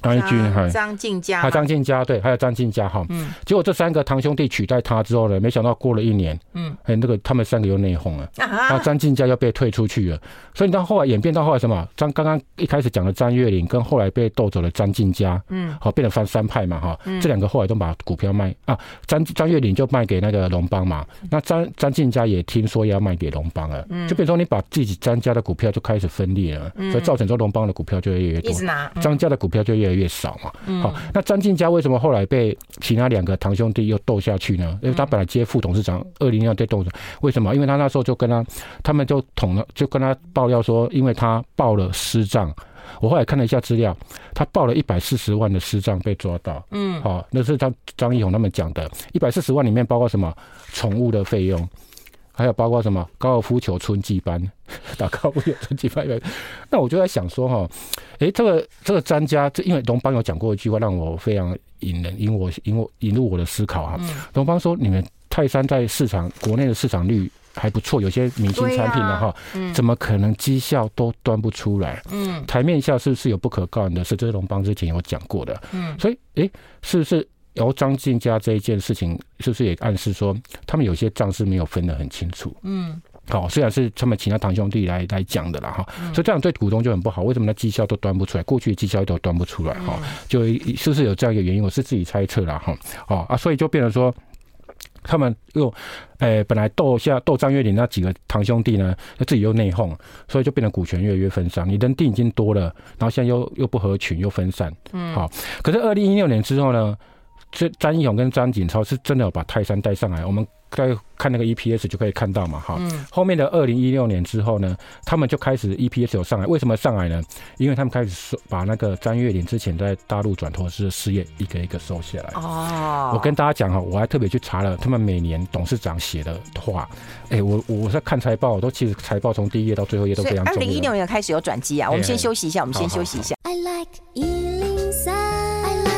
B: 张艺军，还
A: 张张静佳
B: 还有，啊张静佳，对，还有张静佳哈。嗯。结果这三个堂兄弟取代他之后呢，没想到过了一年，嗯，哎，那个他们三个又内讧了。啊，
A: 啊，
B: 张静佳又被退出去了，所以你到后来演变到后来什么？张刚刚一开始讲的张月玲，跟后来被斗走的张静佳，嗯，好、变成翻三派嘛，哈、
A: 嗯
B: 这两个后来都把股票卖啊，张张月玲就卖给那个龙邦嘛，
A: 嗯
B: 那张张静佳也听说要卖给龙邦了，就变成说你把自己张家的股票就开始分裂了，所以造成说龙邦的股票就越来越
A: 嗯
B: 多
A: 一，直嗯拿，嗯
B: 张家的股票就越来越少嘛。好、那张静佳为什么后来被其他两个堂兄弟又斗下去呢？因为他本来接副董事长，二零零被斗的，为什么？因为他那时候就跟他，他们就捅了，就跟他爆料说，因为他报了私账。我后来看了一下资料，他报了一百四十万的私账被抓到。嗯，好、那是张张艺宏他们讲的，一百四十万里面包括什么？宠物的费用，还有包括什么高尔夫球春季班， 打高尔夫球春季班。那我就在想说哈、诶，这个这个专家，这因为龙邦有讲过一句话，让我非常引人引我引我引入我的思
A: 嗯
B: 考哈、龙邦说，你们泰山在市场国内的市场率还不错，有些明星产品的哈、
A: 嗯
B: 怎么可能绩效都端不出来？嗯，台面下是不是有不可告人的事？这是龙邦之前有讲过的。嗯，所以诶，是不是？由张静佳这一件事情，是不是也暗示说，他们有些账是没有分得很清楚？好、虽然是他们请他堂兄弟来来讲的啦哈，所以这样对股东就很不好。为什么呢？绩效都端不出来，过去的绩效都端不出来哈，就一是不是有这样一个原因？我是自己猜测啦哈，哦啊，所以就变成说。他们又，诶、本来斗下斗张月林那几个堂兄弟呢，自己又内讧，所以就变得股权越来越分散。你人定已经多了，然后现在又又不合群，又分散。嗯，好、可是二零一六年之后呢，这张义勇跟张景超是真的有把泰山带上来。我们在看那个 EPS 就可以看到嘛，哈、后面的二零一六年之后呢，他们就开始 EPS 有上来。为什么上来呢？因为他们开始收把那个张月林之前在大陆转投资的事业一个一个收下来。
A: 哦，
B: 我跟大家讲哈，我还特别去查了他们每年董事长写的话，哎、我我在看财报，我都其实财报从第一页到最后一页都
A: 所
B: 非
A: 以
B: 常
A: 二
B: 重
A: 零一
B: 要
A: 六。年开始有转机啊，我们先休息一下，我们先
B: 好好
A: 休息一下。
C: I like Ealing Sound. I like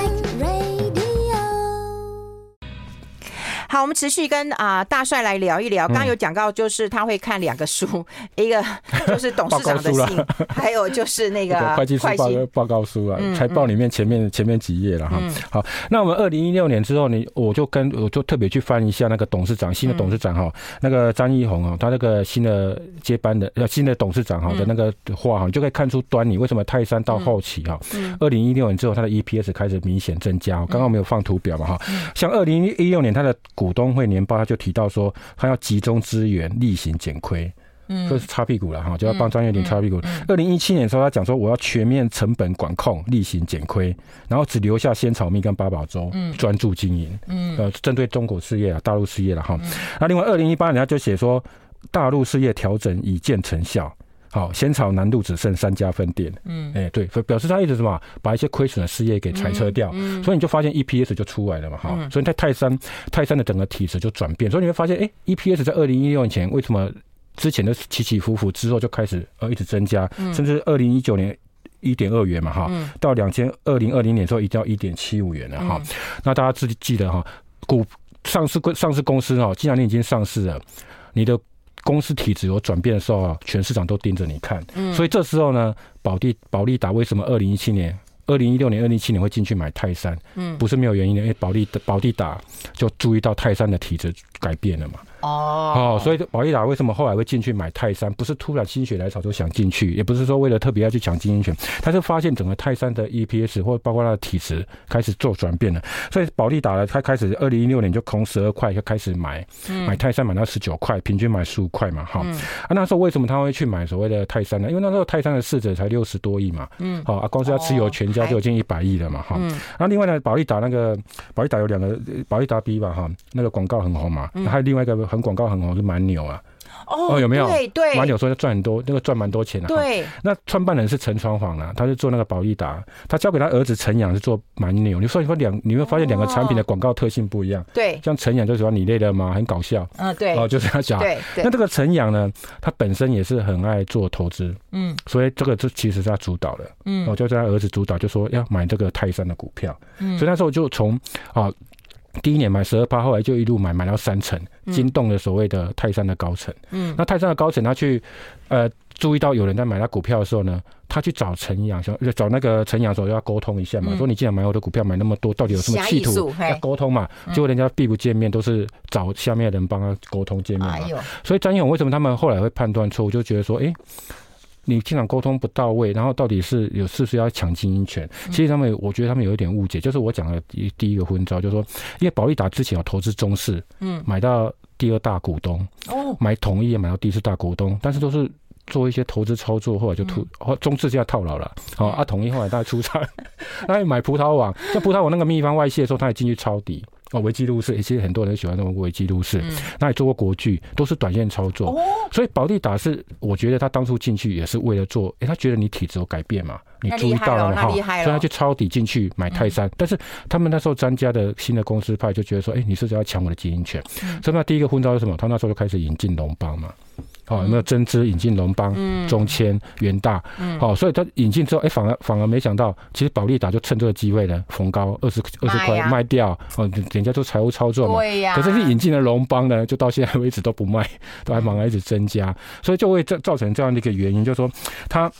A: 好，我们持续跟啊、大帅来聊一
B: 嗯
A: 聊。刚刚有讲到，就是他会看两个书，一个 就是董事长的
B: 报告
A: 信
B: 书，
A: 还有就是那
B: 这
A: 个
B: 个会计师报报告书啊，财报里面前面前面几页了哈。好，那我们二零一六年之后呢，我就跟我就特别去翻一下那个董事长新的董事长哈，那个张一红啊，他那个新的接班的呃新的董事长哈的那个话哈，你就可以看出端倪。为什么泰山到后期哈，
A: 嗯
B: 二零一六年之后它的 EPS 开始明显增加，刚刚没有放图表嘛哈。像二零一六年它的股东会年报，他就提到说，他要集中资源，厉行减亏。
A: 嗯
B: 就是擦屁股了哈，就要帮张月鼎擦屁股。二零一七年的时候，他讲说我要全面成本管控，厉行减亏，然后只留下鲜草蜜跟八宝粥，专注经营。嗯，呃，针对中国事业啊，大陆事业了哈。那另外二零一八年他就写说，大陆事业调整已见成效。好，仙草南路只剩三家分店。嗯，哎、对，所以表示他一直什么，把一些亏损的事业给裁
A: 嗯
B: 撤掉，所以你就发现 EPS 就出来了嘛，哈、所以在泰山，泰山的整个体质就转变，所以你会发现，哎、e p s 在二零一六年前为什么之前的起起伏伏之后就开始呃一直增加，甚至二零一九年。一点二元嘛
A: 嗯
B: 哈，到两千二零二零年之后，一定要一点七五元了哈。那大家自己记得哈，股上市公上市公司哈，既然你已经上市了，你的公司体质有转变的时候啊，全市场都盯着你看。所以这时候呢，保利保利达为什么二零一七年、二零一六年、二零一七年会进去买泰山？嗯，不是没有原因的，因为保利保利达就注意到泰山的体质改变了嘛。哦，所以保利达为什么后来会进去买泰山？不是突然心血来潮就想进去，也不是说为了特别要去抢经营权，他是发现整个泰山的 EPS 或包括它的体质开始做转变了，所以保利达呢，它开始二零一六年就从十二块就开始买，
A: 嗯
B: 买泰山买到十九块，平均买十五块嘛，哈、啊，那时候为什么他会去买所谓的泰山呢？因为那时候泰山的市值才六十多亿嘛，嗯，好、啊，光是要持有全家就已经一百亿了嘛，哈、
A: 嗯
B: 然后另外呢，保利达那个保利达有两个，呃保利达 B 吧，哈，那个广告很红嘛，还有另外一个很广告很红是蛮牛啊，
A: 哦
B: 哦有没有
A: 对对，
B: 蛮牛说要赚很多，那个赚蛮多钱的、啊，哈。
A: 对，
B: 那创办人是陈传煌啊，他是做那个保利达，他交给他儿子陈阳是做蛮牛。你说你说两，你会发现两个产品的广告特性不一样。
A: 对，
B: 像陈阳就喜欢你累了吗？很搞笑
A: 嗯，对，
B: 哦，就是他小孩。
A: 对，对
B: 那，这个陈阳呢，他本身也是很爱做投资，
A: 嗯，
B: 所以这个就其实是他主导的，
A: 嗯
B: 哦，就是他儿子主导，就说要买这个泰山的股票，嗯，所以那时候就从啊。第一年买十二趴，后来就一路买，买到三成，惊动了所谓的泰山的高层。
A: 嗯，
B: 那泰山的高层他去，呃，注意到有人在买他股票的时候呢，他去找陈阳，想呃找那个陈阳的时候要沟通一下嘛，
A: 嗯
B: 说你既然买我的股票，买那么多，到底有什么
A: 侠
B: 企
A: 义
B: 图
A: 术？嘿
B: 要沟通嘛，结果人家避不见面，都是找下面的人帮他沟通见面嘛
A: 哎。呦，
B: 所以张勇为什么他们后来会判断错误，就觉得说，诶，你经常沟通不到位，然后到底是有是不是要抢经营权？
A: 嗯
B: 其实他们，我觉得他们有一点误解，就是我讲的第第一个昏招，就是说，因为保利达之前有投资中视，
A: 嗯，
B: 买到第二大股东，
A: 哦，
B: 买统一也买到第四大股东，但是都是。做一些投资操作，后来就突，后中字就要套牢了。好、啊，统一后来大概出场， 那买葡萄网，像葡萄网那个秘方外泄的时候，他也进去抄底。哦，维基入市，其实很多人喜欢那种维基入市，那也做过国巨，都是短线操
A: 哦
B: 作。所以保利达是，我觉得他当初进去也是为了做，诶，他觉得你体质有改变嘛，你
A: 那
B: 注
A: 厉
B: 意
A: 害
B: 到了
A: 咯
B: 嘛
A: 那
B: 哈，
A: 厉害嗯
B: 所以他
A: 咯
B: 去抄底进去买泰山。但是他们那时候张家的新的公司派就觉得说，诶，你是不是要抢我的经营权？
A: 嗯
B: 所以那第一个昏招是什么？他那时候就开始引进龙邦嘛。哦，有没有增资引进龙邦、
A: 嗯
B: 中签、元大？哦，所以他引进之后，哎、反而反而没想到，其实保利达就趁这个机会呢，逢高二十二十
A: 卖
B: 块
A: 呀
B: 卖掉，哦，人家做财务操作嘛。
A: 对呀，
B: 可是是引进了龙邦呢，就到现在为止都不卖，都还忙一直增加，所以就会造造成这样的一个原因，就是说他。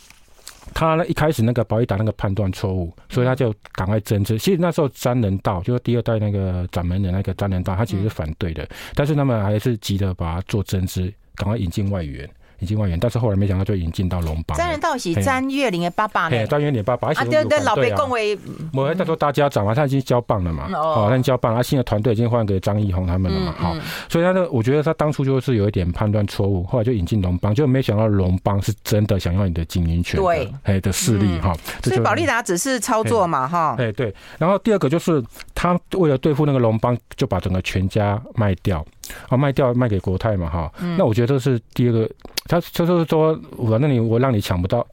B: 他呢一开始那个保利达那个判断错误，所以他就赶快增资。其实那时候詹仁道就是第二代那个掌门人那个詹仁道，他其实是反对的，但是他们还是急着把它做增资，赶快引进外援，引进外援。但是后来没想到就引进到龙邦了。
A: 詹仁道喜
B: 嘿
A: 詹月玲的爸爸呢
B: 嘿，？张元点爸爸，
A: 啊，对对，老被
B: 啊
A: 恭维，
B: 我那时候大家长嘛，他已经交棒了嘛，
A: 嗯哦嗯
B: 哦，他已经交棒了，他新的团队已经换给张艺宏他们了嘛，好、所以他的我觉得他当初就是有一点判断错误，后来就引进龙邦，就没想到龙邦是真的想要你的经营权的，
A: 对
B: 哎的势力哈、这
A: 所以
B: 就
A: 保利达只是操作嘛，哈，
B: 哎对，然后第二个就是他为了对付那个龙邦，就把整个全家卖掉，啊卖掉卖给国泰嘛哈，
A: 嗯
B: 那我觉得这是第二个，他就是说我那你我让你抢不到。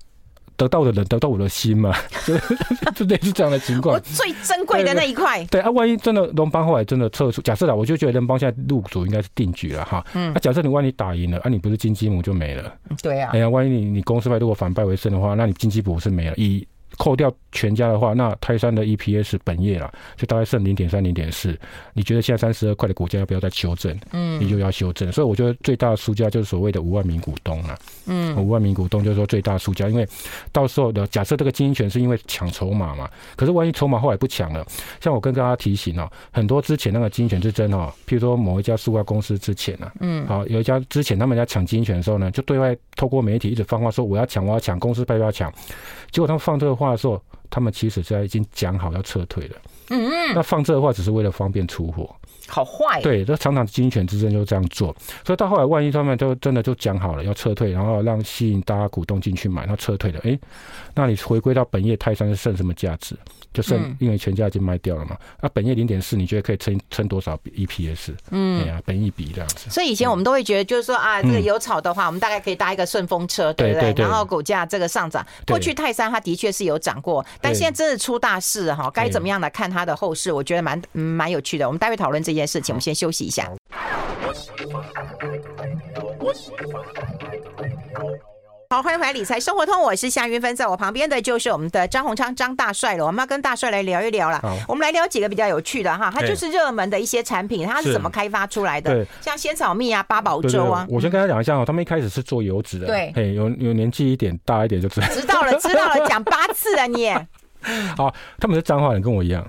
B: 得到我的人得到我的心嘛， 就就类似这样的情况
A: 我。最珍贵的那一块，
B: 对啊，万一真的龙邦后来真的撤出，假设啦，我就觉得龙邦现在入主应该是定局了哈。嗯，那、假设你万一打赢了，啊，你不是金鸡母就没了。
A: 对啊
B: 哎，呀，万一你你公司派如果反败为胜的话，那你金鸡母是没了。以扣掉全家的话，那泰山的 EPS 本业啦，就大概剩零点三、零点四。你觉得现在三十二块的股价要不要再修正？嗯，你就要修正。所以我觉得最大的输家就是所谓的五万名股东啦。嗯，五万名股东就是说最大输家，因为到时候的假设这个经营权是因为抢筹码嘛，可是万一筹码后来不抢了，像我跟大家提醒哦，很多之前那个经营权之争哦，譬如说某一家塑料公司之前啊，嗯，好、有一家之前他们在抢经营权的时候呢，就对外透过媒体一直放话说我要抢，我要抢，公司派我要抢，结果他们放这个话的时候，他们其实在已经讲好要撤退了。嗯嗯，那放这个话只是为了方便出货，
A: 好坏，啊
B: 对，这常常经营权之争就这样做，所以到后来，万一他们都真的就讲好了要撤退，然后让吸引大家股东进去买，他撤退了，诶，那你回归到本业泰山是剩什么价值？就剩、
A: 嗯
B: 因为全家已经卖掉了嘛，那、本业零点四，你觉得可以撑撑多少 EPS？嗯，哎呀，本一比这样子。
A: 所以以前我们都会觉得，就是说啊，这个有草的话，我们大概可以搭一个顺风车，对不
B: 嗯对
A: 对？
B: 对对
A: 然后股价这个上涨，
B: 对
A: 过去泰山它的确是有涨过，但
B: 对
A: 现在真的出大事了哈，该怎么样来看它的后市？我觉得蛮嗯蛮有趣的。我们待会讨论这件事情，我们先休息一下。好，欢迎回来《理财生活通》，我是夏云芬，在我旁边的就是我们的张宏昌张大帅了。我们要跟大帅来聊一聊了
B: 好。
A: 我们来聊几个比较有趣的哈，它
B: 哎
A: 就是热门的一些产品，它是
B: 是
A: 怎么开发出来的
B: 对？
A: 像仙草蜜啊、八宝
B: 对对
A: 粥
B: 对
A: 啊，，
B: 我先跟他讲一下哦，他们一开始是做油脂的，
A: 对
B: 嘿，有有年纪一点大一点就知道，
A: 知道 了，知道了，讲八次了你。
B: 好，他们是彰化人，跟我一样。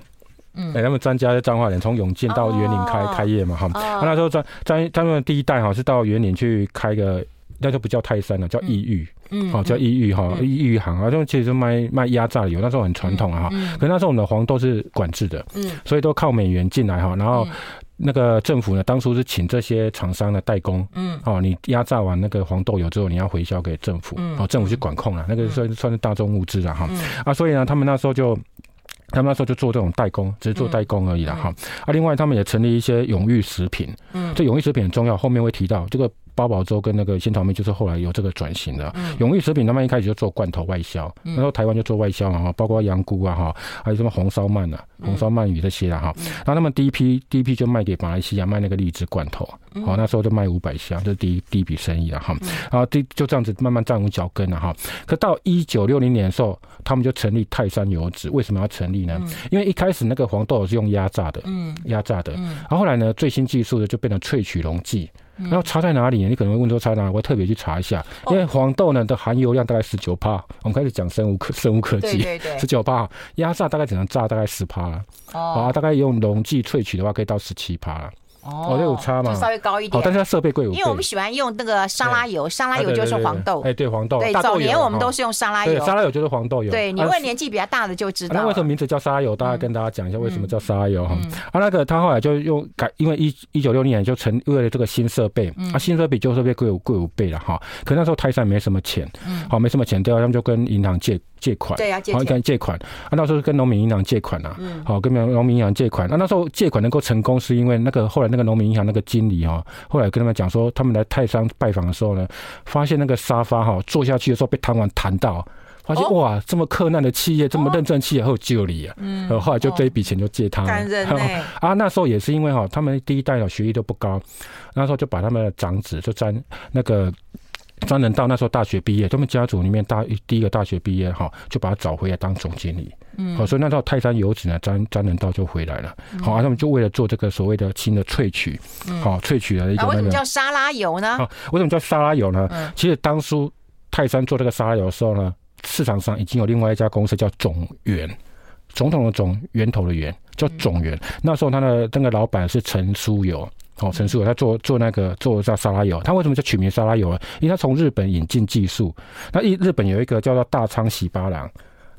B: 嗯，哎、他们专家是彰化人，从永健到园林开、
A: 哦
B: 开业嘛，哈、啊
A: 哦
B: 那时候专专他们第一代哈是到园林去开个，那就不叫泰山了，啊叫异域，
A: 嗯
B: 好、叫异域哈，
A: 嗯
B: 异域行啊，他们其实卖卖压榨的油，那时候很传统啊哈、
A: 嗯
B: 可那时候我们的黄豆是管制的，
A: 嗯
B: 所以都靠美元进来哈，然后
A: 嗯
B: 那个政府呢，当初是请这些厂商的代工，
A: 嗯
B: 哦，你压榨完那个黄豆油之后，你要回销给政府，
A: 嗯
B: 哦，政府去管控了，那个算算是大众物资了哈
A: 嗯。
B: 啊，所以呢，他们那时候就。他们那时候就做这种代工，只是
A: 嗯
B: 做代工而已了哈。啊，另外他们也成立一些永裕食品，
A: 嗯
B: 这永裕食品很重要，后面会提到这个八宝粥跟那个仙草蜜，就是后来有这个转型的。
A: 嗯
B: 永裕食品他们一开始就做罐头外销，
A: 嗯
B: 然后台湾就做外销嘛哈，包括羊菇啊哈，还有什么红烧鳗啊、
A: 嗯
B: 红烧鳗鱼这些啦哈。然后他们第一批第一批就卖给马来西亚卖那个荔枝罐头，
A: 嗯
B: 好、那时候就卖五百箱，这是第一第一笔生意了哈。然后第就这样子慢慢站稳脚跟了哈。可到一九六零年的时候，他们就成立泰山油脂，为什么要成立呢？因为一开始那个黄豆是用压榨的，
A: 嗯
B: 压榨的。
A: 嗯
B: 然后后来呢，最新技术的就变成萃取溶剂。然后差在哪里呢？你可能会问说差在哪里？我特别去查一下，
A: 哦
B: 因为黄豆呢的含油量大概十九帕。我们开始讲生物科生物科
A: 对
B: 技，
A: 对对
B: 十，九帕压榨大概只能榨大概十帕了。啊，
A: 哦
B: 大概用溶剂萃取的话，可以到十七帕了。
A: 哦
B: 这有差嘛
A: 就稍微高一
B: 好，
A: 点
B: 但。是它设备贵五倍，
A: 因为我们喜欢用那个沙拉油，沙拉
B: 啊
A: 油
B: 对
A: 就是
B: 对对
A: 黄豆
B: 哎，，对黄豆，
A: 对，
B: 大
A: 早
B: 豆
A: 年
B: 油
A: 我们
B: 哈
A: 都是用沙拉
B: 对
A: 油
B: 沙。拉油就是黄豆油。
A: 对，你
B: 啊
A: 问年纪比较大的就知道嗯
B: 那
A: 了。
B: 为什么名字叫沙油？大概跟大家讲一下为什么叫沙油哈。啊，那个他后来就用改，因为一一九六零年就成为了这个新设备，
A: 嗯
B: 啊，新设备旧设备贵五贵五倍了哈。可那时候泰山没什么钱，好没什么钱，对啊，他们就跟银行借借款，
A: 嗯对啊借
B: 好
A: 钱嗯
B: 跟借款啊，那时候是跟农民银行借款啊，好跟农民银行借款。那那时候借款能够成功，是因为那个后来那个农民银行那个经理哦，后来跟他们讲说，他们来泰山拜访的时候呢，发现那个沙发哈坐下去的时候被弹簧弹到。发现
A: 哦
B: 哇，这么克难的企业，这么认真的企业，还有救你啊！
A: 嗯哦
B: 呃，后来就这一笔钱就借他了。
A: 感 人呢
B: 啊，那时候也是因为哈，他们第一代的学历都不高，那时候就把他们的长子就沾那个。张仁道那时候大学毕业，他们家族里面大第一个大学毕业哈，就把他找回来当总经理。嗯，好、所以那时候泰山油脂呢，张张仁道就回来了。
A: 嗯
B: 好、啊，他们就为了做这个所谓的新的萃取，好、萃取了一个
A: 啊，为
B: 那
A: 什么
B: 个
A: 叫沙拉油呢？
B: 啊，为什么叫沙拉油呢？
A: 嗯
B: 其实当初泰山做这个沙拉油的时候呢，市场上已经有另外一家公司叫总源，总统的总，源头的源，叫
A: 嗯
B: 总源。那时候他的那个老板是陈书友。哦，陈书友他做做那个做叫沙拉油，他为什么叫取名沙拉油呢？啊因为他从日本引进技术。那日日本有一个叫做大仓喜八郎，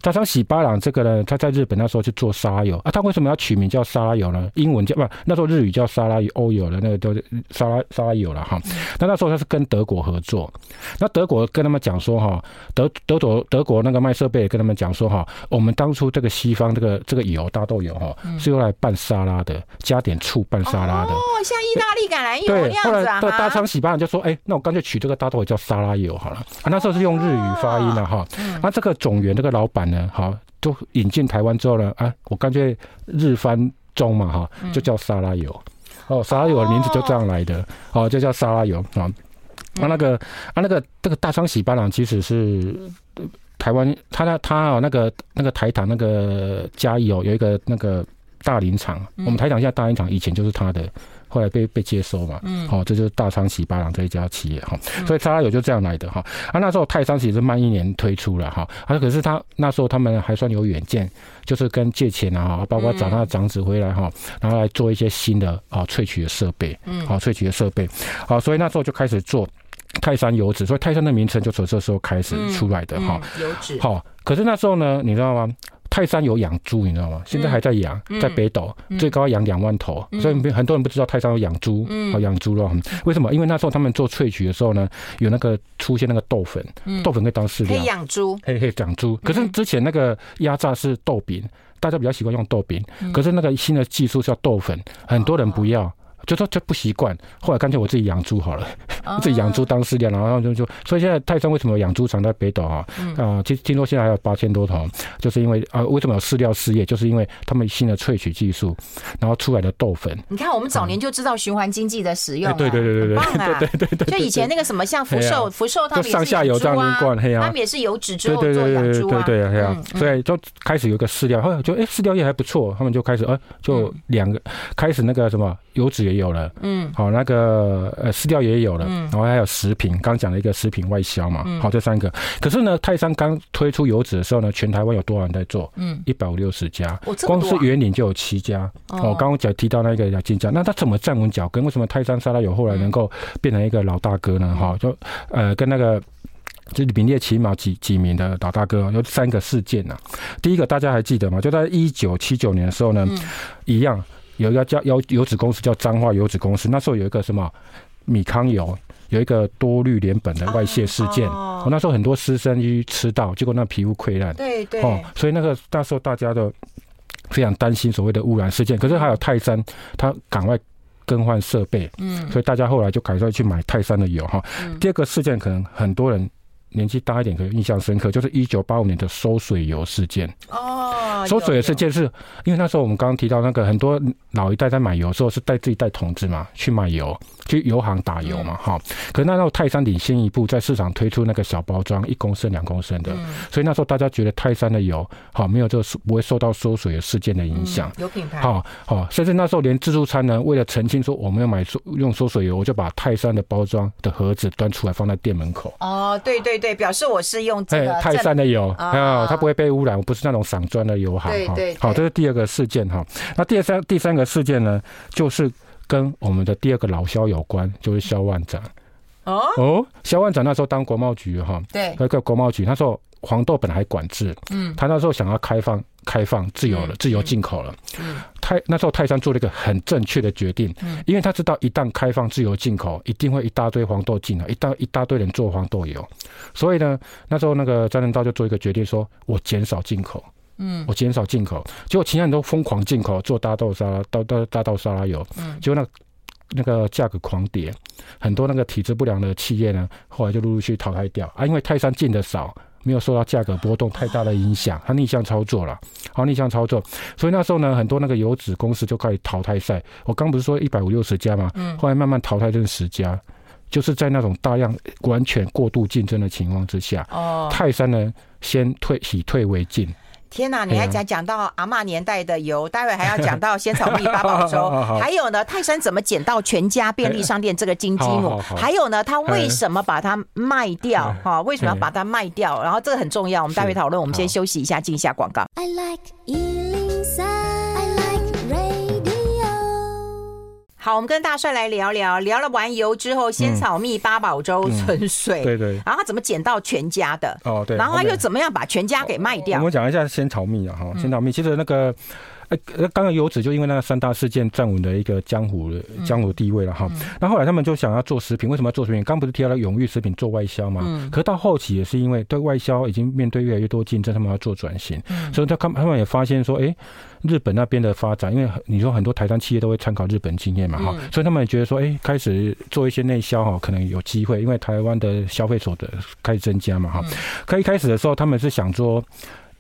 B: 大仓喜八郎这个呢，他在日本那时候去做沙拉油啊。他为什么要取名叫沙拉油呢？英文叫不，那时候日语叫沙拉油欧油的那个都是沙拉沙拉油了哈。那那时候他是跟德国合作，那德国跟他们讲说哈，德德国德国那个卖设备也跟他们讲说哈，我们当初这个西方这个这个油大豆油哈，是用来拌沙拉的，加点醋拌沙拉的。
A: 哦，像意大利橄榄油
B: 对
A: 那，
B: 后
A: 样
B: 来
A: 子啊，
B: 对
A: 哈
B: 大仓喜巴人就说，哎、那我干脆取这个大豆油叫沙拉油好了。啊，那时候是用日语发音了、哈。
A: 嗯
B: 啊，这个总源这个老板呢，哈，就引进台湾之后呢，啊，我干脆日翻中嘛哈，就叫沙拉油。哦，沙拉油的名字就这样来的，哦，就叫沙拉油啊。啊，那个啊，那个这个大仓喜巴郎其实是。呃台湾，他那他哦那个那个台糖那个嘉义哦有一个那个大林厂，我们台糖现在大林厂以前就是他的。后来被被接收嘛，嗯，好、这就是大昌喜八郎这一家企业哈、所以沙拉油就这样来的哈、啊，那时候泰山其实慢一年推出了哈，啊，可是他那时候他们还算有远见，就是跟借钱啊，包括找他的长子回来哈，然后来做一些新的啊萃取的设备，嗯，好、萃取的设备，好、所以那时候就开始做泰山油脂，所以泰山的名称就从这时候开始出来的哈。
A: 嗯油脂，
B: 好、可是那时候呢，你知道吗？泰山有养猪，你知道吗？现在还在养，在北斗、最高养两万头，所以没很多人不知道泰山有养猪，
A: 嗯
B: 好养猪肉。为什么？因为那时候他们做萃取的时候呢，有那个出现那个豆粉，
A: 嗯
B: 豆粉可以当饲
A: 可
B: 料
A: 以，养猪，
B: 嘿嘿养猪。可是之前那个压榨是豆饼，大家比较习惯用豆饼，
A: 嗯
B: 可是那个新的技术叫豆粉，很多人不要。就说就不习惯，后来干脆我自己养猪好了，
A: 哦
B: 自己养猪当饲料，然后就就，所以现在泰山为什么有养猪场在北斗啊？啊、其实听说现在还有八千多头，就是因为啊、为什么有饲料事业，就是因为他们新的萃取技术，然后出来的豆粉，
A: 你看我们早年就知道循环经济的使用、啊
B: 哎对对对对对
A: 很棒啊！对对对就以前那个什么像福寿，
B: 嘿啊
A: 福寿他们也
B: 就是上下游这样
A: 养猪
B: 一贯嘿啊
A: 他们也是油脂之
B: 对
A: 后
B: 对
A: 做
B: 对
A: 养
B: 对
A: 猪啊，
B: 对对对啊
A: 嗯，
B: 所以就开始有一个饲料，后来就哎饲料业还不错，他们就开始呃就两个开始那个什么油脂也有了，
A: 嗯，
B: 好那个呃饲料也有了，然后还有食品，刚讲了一个食品外销嘛，
A: 嗯
B: 好这三个。可是呢，泰山刚推出油脂的时候呢，全台湾有多少人在做？
A: 嗯，
B: 一百五六十家
A: 哦，这么
B: 光
A: 多啊
B: 是园林就有七家。哦，刚刚讲提到那个雅金家，那他怎么站稳脚跟？为什么泰山沙拉油后来能够变成一个老大哥呢？哈，就呃跟那个。就是名列起码几几名的老大哥，有三个事件呐、啊第一个大家还记得吗？就在一九七九年的时候呢，
A: 嗯
B: 一样有一个叫油油脂公司叫彰化油脂公司，那时候有一个什么米糠油。有一个多氯联苯的外泄事件，
A: 哦
B: 哦那时候很多师生去吃到，结果那皮肤溃烂，
A: 对对
B: 哦，所以那个那时候大家都非常担心所谓的污染事
A: 嗯
B: 件。可是还有泰山，他赶快更换设备，
A: 嗯
B: 所以大家后来就改善去买泰山的油哈。第二个事件可能很多人年纪大一点可能印象深刻，就是一九八五年的收水油事件。
A: 哦，
B: 收水
A: 有
B: 的事，件是因为那时候我们刚刚提到那个很多老一代在买油的时候是带自己带桶子嘛去买油，去油行打油
A: 嗯
B: 嘛哈、可是那时候泰山领先一步，在市场推出那个小包装一公升两公升
A: 嗯
B: 的、所以那时候大家觉得泰山的油好没有这个不会受到收水的事件的影响。
A: 嗯有有品牌，
B: 好好、甚至那时候连自助餐呢，为了澄清说我没有买收用缩水油，我就把泰山的包装的盒子端出来放在店门口。
A: 哦，对对对，表示我是用这
B: 哎
A: 个，
B: 泰
A: 正
B: 山的油
A: 啊
B: 啊，它不会被污染，不是那种散装的油哈。
A: 对
B: 哈
A: 对
B: 好，
A: 对
B: 这是第二个事件哈。那第三第三个事件呢，就是跟我们的第二个老萧有关，就是萧万长。
A: 哦，
B: 哦，萧万长那时候当国贸局哈，
A: 对，
B: 那个国贸局那时候黄豆本来还管制，
A: 嗯，
B: 他那时候想要开放开放自由了，自由进口了。
A: 嗯
B: 泰那时候泰山做了一个很正确的决定，
A: 嗯
B: 因为他知道一旦开放自由进口，一定会一大堆黄豆进来，一大一大堆人做黄豆油，所以呢，那时候那个张仁道就做一个决定说，我减少进口。
A: 嗯，
B: 我减少进口，结果其他人都疯狂进口做大豆沙拉、大大大豆沙拉油，
A: 嗯
B: 结果那个那个价格狂跌，很多那个体质不良的企业呢，后来就陆陆续续淘汰掉啊，因为泰山进的少，没有受到价格波动太大的影响，它逆向操作了，好逆向操作，所以那时候呢，很多那个油脂公司就开始淘汰赛，我刚不是说一百五六十家嘛，
A: 嗯
B: 后来慢慢淘汰成十家，就是在那种大量完全过度竞争的情况之下，
A: 哦，
B: 泰山呢先退以退为进。
A: 天哪！你
B: 哎
A: 还
B: 呀
A: 讲讲到阿嬷年代的油， 待会还要讲到仙草蜜八宝
B: 好好
A: 粥，
B: 好
A: 还有呢，泰山怎么捡到全家便利商店这个金鸡母
B: 好好，哎好
A: 还有呢，他为什么把它卖掉？哈，为什么要把它卖掉？然后这个很重要，我们待会讨论。我们先
B: 好
A: 休息一下，进一下广告。
C: I like Ealing Sound. I like radio.
A: 好，我们跟大帅来聊聊，聊了完油之后，仙草蜜八宝粥纯粹，
B: 嗯对对
A: 然后他怎么捡到全家的？
B: 哦，对，
A: 然后他
B: 面
A: 又怎么样把全家给卖
B: 我
A: 掉？嗯
B: 们讲一下仙草蜜啊，哈，仙草蜜其实那个，哎、呃刚刚有指就因为那三大事件站稳了一个江湖的
A: 嗯
B: 江湖地位了哈。那、后来他们就想要做食品，为什么要做食品？刚不是提到了永裕食品做外销嘛？
A: 嗯
B: 可是到后期也是因为对外销已经面对越来越多竞争，他们要做转型，
A: 嗯
B: 所以他他们也发现说，哎、日本那边的发展，因为你说很多台商企业都会参考日本经验嘛，哈、所以他们也觉得说，哎、开始做一些内销哈，可能有机会，因为台湾的消费所得开始增加嘛，哈、可一开始的时候，他们是想说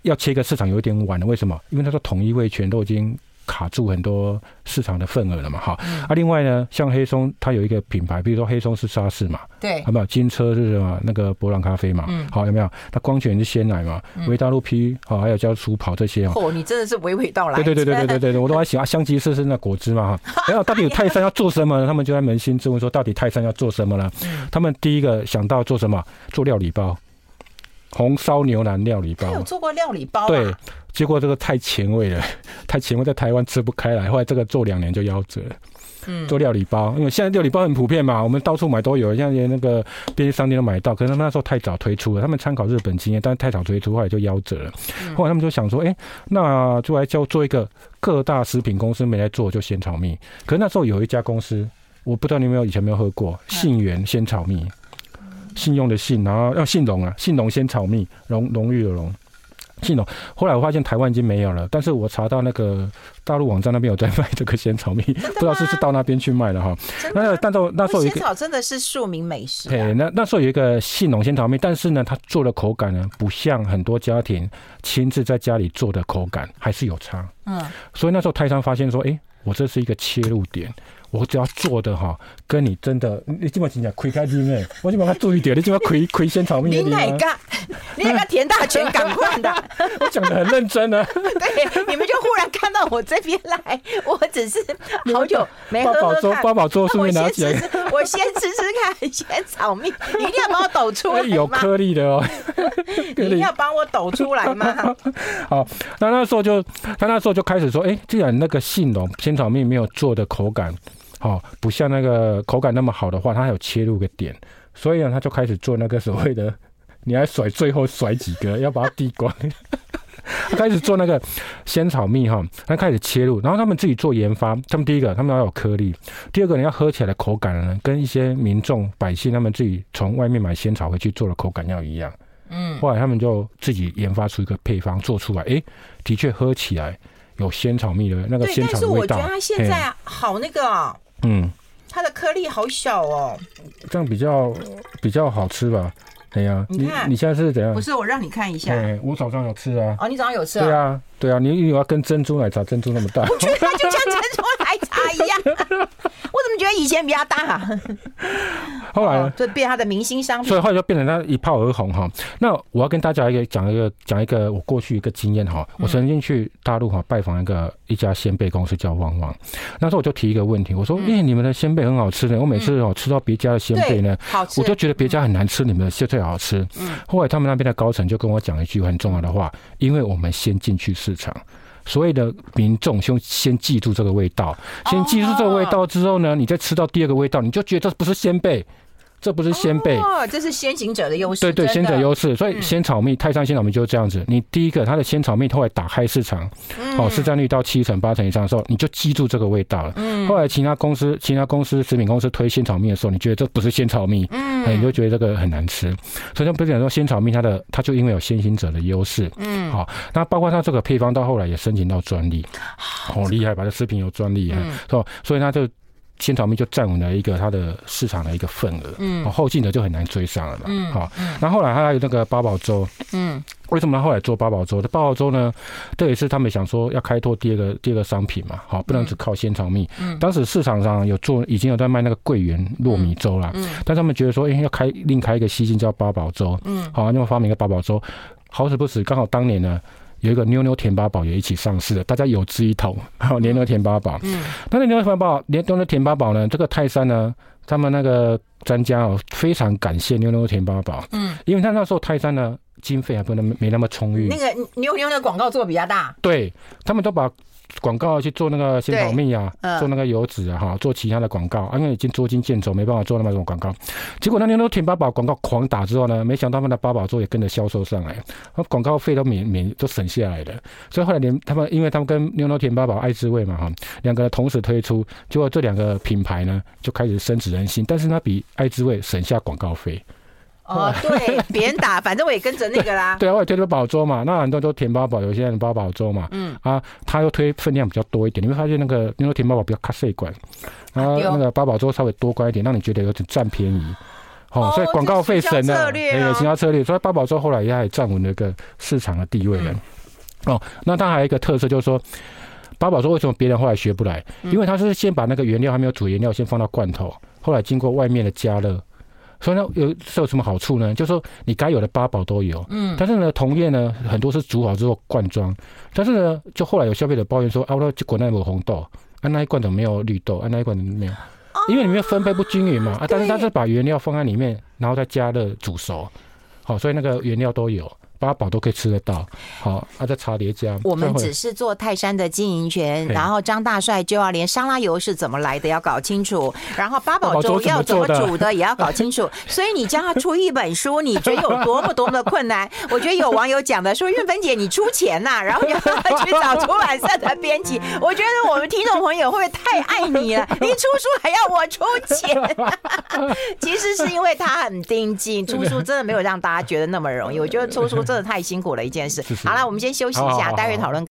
B: 要切一个市场有点晚了，为什么？因为他说统一味全都已经卡住很多市场的份额了嘛，哈。啊，另外呢，像黑松它有一个品牌，比如说黑松是沙士嘛，
A: 对
B: 有没有？金车是什么？那个博朗咖啡嘛，
A: 嗯
B: 好有没有？那光泉是鲜奶嘛，维大陆 P 好，还有叫薯跑这些哦。
A: 哦，你真的是娓娓道来。
B: 对对对对对对对，我都 还喜欢香吉士是那果汁嘛哈。然后到底有泰山要做什么呢？他们就在扪心自问说，到底泰山要做什么呢？
A: 嗯
B: 他们第一个想到做什么？做料理包，红烧牛腩料理包
A: 他。有做过料理包、啊，
B: 对，结果这个太前卫了， 太前卫，在台湾吃不开来。后来这个做两年就夭折了。
A: 嗯
B: 做料理包，因为现在料理包很普遍嘛，我们到处买都有，像连那个便利商店都买到。可是他们那时候太早推出了，他们参考日本经验，但是太早推出，后来就夭折了。后来他们就想说，哎、那就来教做一个各大食品公司没来做，就鲜草蜜。可是那时候有一家公司，我不知道你有没有以前有没有喝过信源鲜草蜜，信用的信，然后要信荣啊，信荣鲜草蜜，荣荣誉的荣。信荣，后来我发现台湾已经没有了，但是我查到那个大陆网站那边有在卖这个鲜草蜜，不知道是不是到那边去卖了哈。
A: 真的
B: 那但是我那时候有一
A: 仙
B: 个，
A: 草真的是庶民美食、
B: 哎、
A: 啊，
B: 那那时候有一个杏浓鲜草蜜，但是呢，它做的口感呢，不像很多家庭亲自在家里做的口感，还是有差。
A: 嗯，
B: 所以那时候泰山发现说，哎、我这是一个切入点，我只要做的哈，跟你真的，你你基本上讲开开心哎，我基本上注意点，你基本上亏亏鲜草蜜
A: 你
B: 的地
A: 哪
B: 方，
A: 个？ 你哪个田大全赶快的？
B: 我讲的很认 真啊。
A: 对，你们就忽然看到我这边来，我只是好久没喝
B: 八宝
A: 喝
B: 粥，
A: 看。
B: 八宝粥顺
A: 我
B: 便拿
A: 先
B: 起
A: 吃
B: 来，
A: 吃，我先吃吃看，先炒 蜜，你一定要帮我抖出
B: 哎
A: 来
B: 有
A: 吗？
B: 颗粒的 哦，
A: 你
B: 颗
A: 一定
B: 粒
A: 要帮我抖出来 吗？
B: 那那时候就，他那时候就开始说，哎、既然那个杏蓉鲜草蜜没有做的口感，哦，不像那个口感那么好的话，他还有切入个点，所以呢，他就开始做那个所谓的，你还甩最后甩几个，要把它滴光。他开始做那个鲜草蜜哈，他开始切入，然后他们自己做研发。他们第一个，他们要有颗粒；第二个，你要喝起来的口感呢，跟一些民众百姓他们自己从外面买鲜草回去做的口感要一样。
A: 嗯，
B: 后来他们就自己研发出一个配方做出来，诶，的确喝起来有仙草蜜的那个
A: 对，
B: 仙
A: 但
B: 草
A: 是
B: 的
A: 我
B: 味
A: 觉
B: 道。
A: 得它现在啊好那个哦，
B: 嗯，
A: 它的颗粒好小哦。
B: 这样比较比较好吃吧？哎呀、
A: 你
B: 你
A: 看
B: 你现在是怎样
A: 不？是，我让你看一下。
B: 哎，我早上有吃啊。
A: 哦，你早上有吃
B: 对？啊，对啊，你你要跟珍珠奶茶珍珠那么大，
A: 我觉得它就像珍珠奶茶一 样，我怎么觉得以前比较大、啊
B: 后来呢
A: 哦，就变它的明星商品
B: 所以后来就变成他一炮而红哈。那我要跟大家一个讲一个讲一个我过去一个经验哈，我曾经去大陆哈拜访一个一家鲜贝公司叫旺旺，那时候我就提一个问题，我说，哎、你们的鲜贝很好吃的，我每次哦吃到别家的鲜贝呢
A: 对，，好吃
B: 我就觉得别家很难吃，你们的鲜最好吃。后来他们那边的高层就跟我讲一句很重要的话，因为我们先进去市场。所以的民众先先记住这个味道，先记住这个味道之后呢，你再吃到第二个味道，你就觉得这不是鲜贝，这不是鲜贝，
A: 哦，这是先行者的优势，
B: 对对，
A: 真
B: 先
A: 的
B: 者优势，所以鲜草蜜、泰山鲜草蜜就是这样子。你第一个，它的鲜草蜜后来打开市场，
A: 嗯
B: 哦，市占率到七成、八成以上的时候，你就记住这个味道了。后来其他公司、其他公司食品公司推鲜草蜜的时候，你觉得这不是鲜草蜜，
A: 嗯
B: 哎你就觉得这个很难吃。所以他们不是讲说鲜草蜜它的，它就因为有先行者的优势，嗯，好、那包括它这个配方到后来也申请到专利，好、厉害吧？这食品有专利，嗯，所以所以它就。鲜草蜜就站稳了一个它的市场的一个份额，嗯，后进者就很难追上了嘛，嗯，好、然后后来还有那个八宝粥，
A: 嗯，
B: 为什么他后来做八宝粥？这八宝粥呢，这也是他们想说要开拓第二个第二个商品嘛，好，不能只靠鲜草蜜。嗯，当时市场上有做，已经有在卖那个桂圆糯米粥啦，嗯，但他们觉得说，哎、要开另开一个西进叫八宝粥，嗯，好，那么发明一个八宝粥，好死不死，刚好当年呢。有一个妞妞甜八宝也一起上市了，大家有志一同，好，年妞甜八宝。嗯，但是妞妞甜八宝，年妞妞甜八宝呢，这个泰山呢，他们那个专家哦，非常感谢妞妞甜八宝，
A: 嗯，
B: 因为他那时候泰山呢经费还不能没那么充裕，
A: 那个妞妞的广告做得比较大，
B: 对他们都把广告去做那个鲜草蜜啊，
A: 对嗯
B: 做那个油脂啊，哈，做其他的广告，啊、因为已经捉襟见肘，没办法做那么种广告。结果那年都挺八宝广告狂打之后呢，没想到他们的八宝粥也跟着销售上来，那广告费都免免都省下来的。所以后来连他们，因为他们跟妞妞甜八宝爱滋味嘛哈，两个同时推出，结果这两个品牌呢就开始深植人心，但是它比爱滋味省下广告费。
A: 哦，对，别人打，反正我也跟着那个啦，
B: 对啊，我也推了宝粥嘛，那很多都甜八宝，有些人八宝粥嘛，嗯啊，他又推分量比较多一点，你会发现那个因为甜八宝比较卡碎管，然后
A: 对哦
B: 啊那个八宝粥稍微多关一点，让你觉得有点占便宜。
A: 哦
B: 哦，所以广告费
A: 这
B: 省
A: 是行销
B: 了，
A: 策略啊
B: 哎行销策略，所以八宝粥后
A: 嗯
B: 来也还站稳了一个市场的地位了。哦，那它还有一个特色就是说，八宝说为什么别人后来学不来？
A: 嗯
B: 因为他是先把那个原料还没有煮的原料先放到罐头，后来经过外面的加热。所以呢，有是有什么好处呢？就是说你该有的八宝都有，嗯，但是呢，同业呢很多是煮好之后罐装，但是呢，就后来有消费者抱怨说，啊，我就国内有红豆，啊那一罐怎么没有绿豆，啊那一罐怎么没有？
A: 哦
B: 因为里面分配不均匀嘛，啊，但是它是把原料放在里面，然后再加热煮熟，好、所以那个原料都有，八宝都可以吃得到，好、啊，再茶碟加，
A: 我
B: 再
A: 们
B: 会
A: 只是做泰山的经营权，
B: 嘿
A: 然后张大帅就要连沙拉油是怎么来的要搞清楚，然后八宝
B: 宝
A: 粥
B: 粥
A: 要怎么
B: 怎么做的
A: 煮的也要搞清 楚。所以你叫他出一本书，你觉得有多么多么的困 难？我觉得有网友讲的说，运芬姐你出钱呐、啊 然后你要去找出版社的编辑。我觉得我们听众朋友会不会太爱你 了？你出书还要我出钱？ 其实是因为他很盯紧，出书真的没有让大家觉得那么容易。我觉得出书真的太辛苦了一 件事。好了，我们先休息一
B: 好好
A: 下，
B: 好
A: 待会讨论。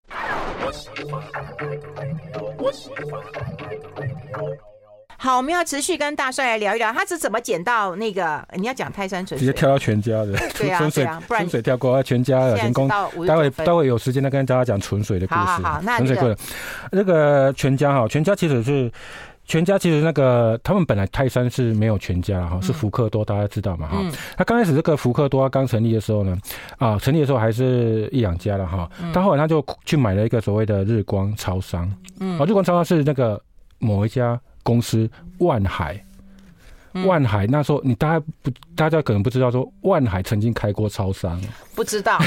A: 好，我们要持续跟大帅来聊一聊，他是怎么捡到那个？你要讲泰山纯
B: 直接
A: 水，
B: 跳到全家的，
A: 对啊
B: 纯水
A: 对啊不然
B: 纯水跳过全家啊
A: 现
B: 的
A: 在
B: 人工
A: 是。到五十
B: 待会
A: 九分
B: 待。会有时间再跟大家讲纯水的故事。
A: 好好好那
B: 纯水
A: 这个
B: 贵了，那个全家哈，全家其实是。全家其实那个，他们本来泰山是没有全家哈，是福克多，大家知道嘛哈
A: 嗯。
B: 那刚开始这个福克多刚成立的时候呢，啊，成立的时候还是一两家了哈。但后来他就去买了一个所谓的日光超商，
A: 嗯
B: 啊，日光超商是那个某一家公司万海
A: 嗯。
B: 万海那时候，你大家不，大家可能不知道，说万海曾经开过超商，
A: 不知 道，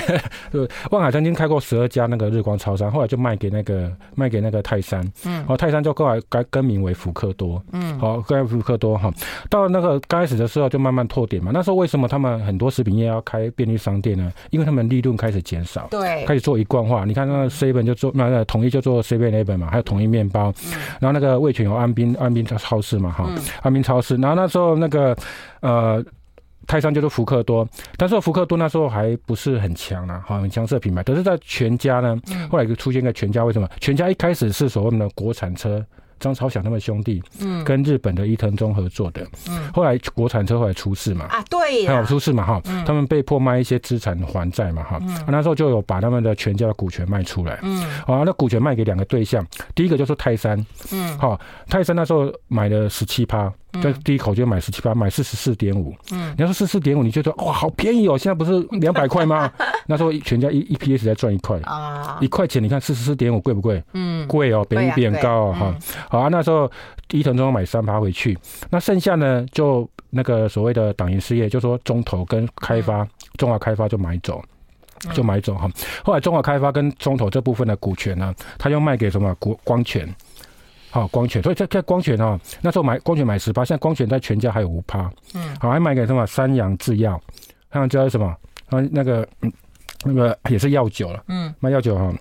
B: 对，万海曾经开过十二家那个日光超商，后来就卖给那个卖给那个泰山，
A: 嗯
B: 哦，泰山就后来改更名为福克多，
A: 嗯
B: 好、更名福克多哈。到那个刚开始的时候就慢慢拓点嘛，那时候为什么他们很多食品业要开便利商店呢？因为他们利润开始减少。
A: 对
B: 开，始做一贯化，你看那
A: 嗯
B: 个 seven 就做，那那个统一就做 seven eleven 嘛，还有统一面包，然后那个味全有安滨安滨超市嘛，哈、
A: 嗯
B: 安滨超市，然后那时候那个呃。泰山就是福克多，但是福克多那时候还不是很强啊，哈，很强势的品牌。可是，在全家呢，
A: 嗯
B: 后来就出现一个全家，为什么？全家一开始是所谓的国产车，张朝祥他们兄弟
A: 嗯
B: 跟日本的伊藤忠合作的，
A: 嗯
B: 后来国产车后来出事嘛，
A: 啊，对
B: 很
A: 啦
B: 好出事嘛哈，
A: 嗯
B: 他们被迫卖一些资产还债嘛哈，啊那时候就有把他们的全家的股权卖出来，
A: 嗯
B: 好、啊，那股权卖给两个对象，第一个就是泰山，
A: 嗯
B: 好、泰山那时候买了十七趴，就第一口就买十七趴，买四十四点五，
A: 嗯
B: 你要说四四点五，你就说哇好便宜哦，现在不是两百 块吗？那时候全家一 EPS 才赚一块。
A: 啊
B: 一，块钱，你看四十四点五贵不贵？
A: 嗯
B: 贵哦，比
A: 对啊
B: 比很高哦，
A: 对
B: 哈、好啊，那时候伊藤忠买三趴回去，那剩下呢就那个所谓的党营事业，就说中投跟开发、
A: 嗯
B: 中华开发就买走。就买走哈，后来中华开发跟中投这部分的股权呢、他又卖给什么国光权，好、光权，所以这这光权啊，那时候买光权买十八，现在光权在全家还有五趴，
A: 嗯
B: 好，还卖给什么三洋制药，三洋制药是什么？啊，那个、嗯那个也是药酒了，
A: 嗯，
B: 卖药酒哈，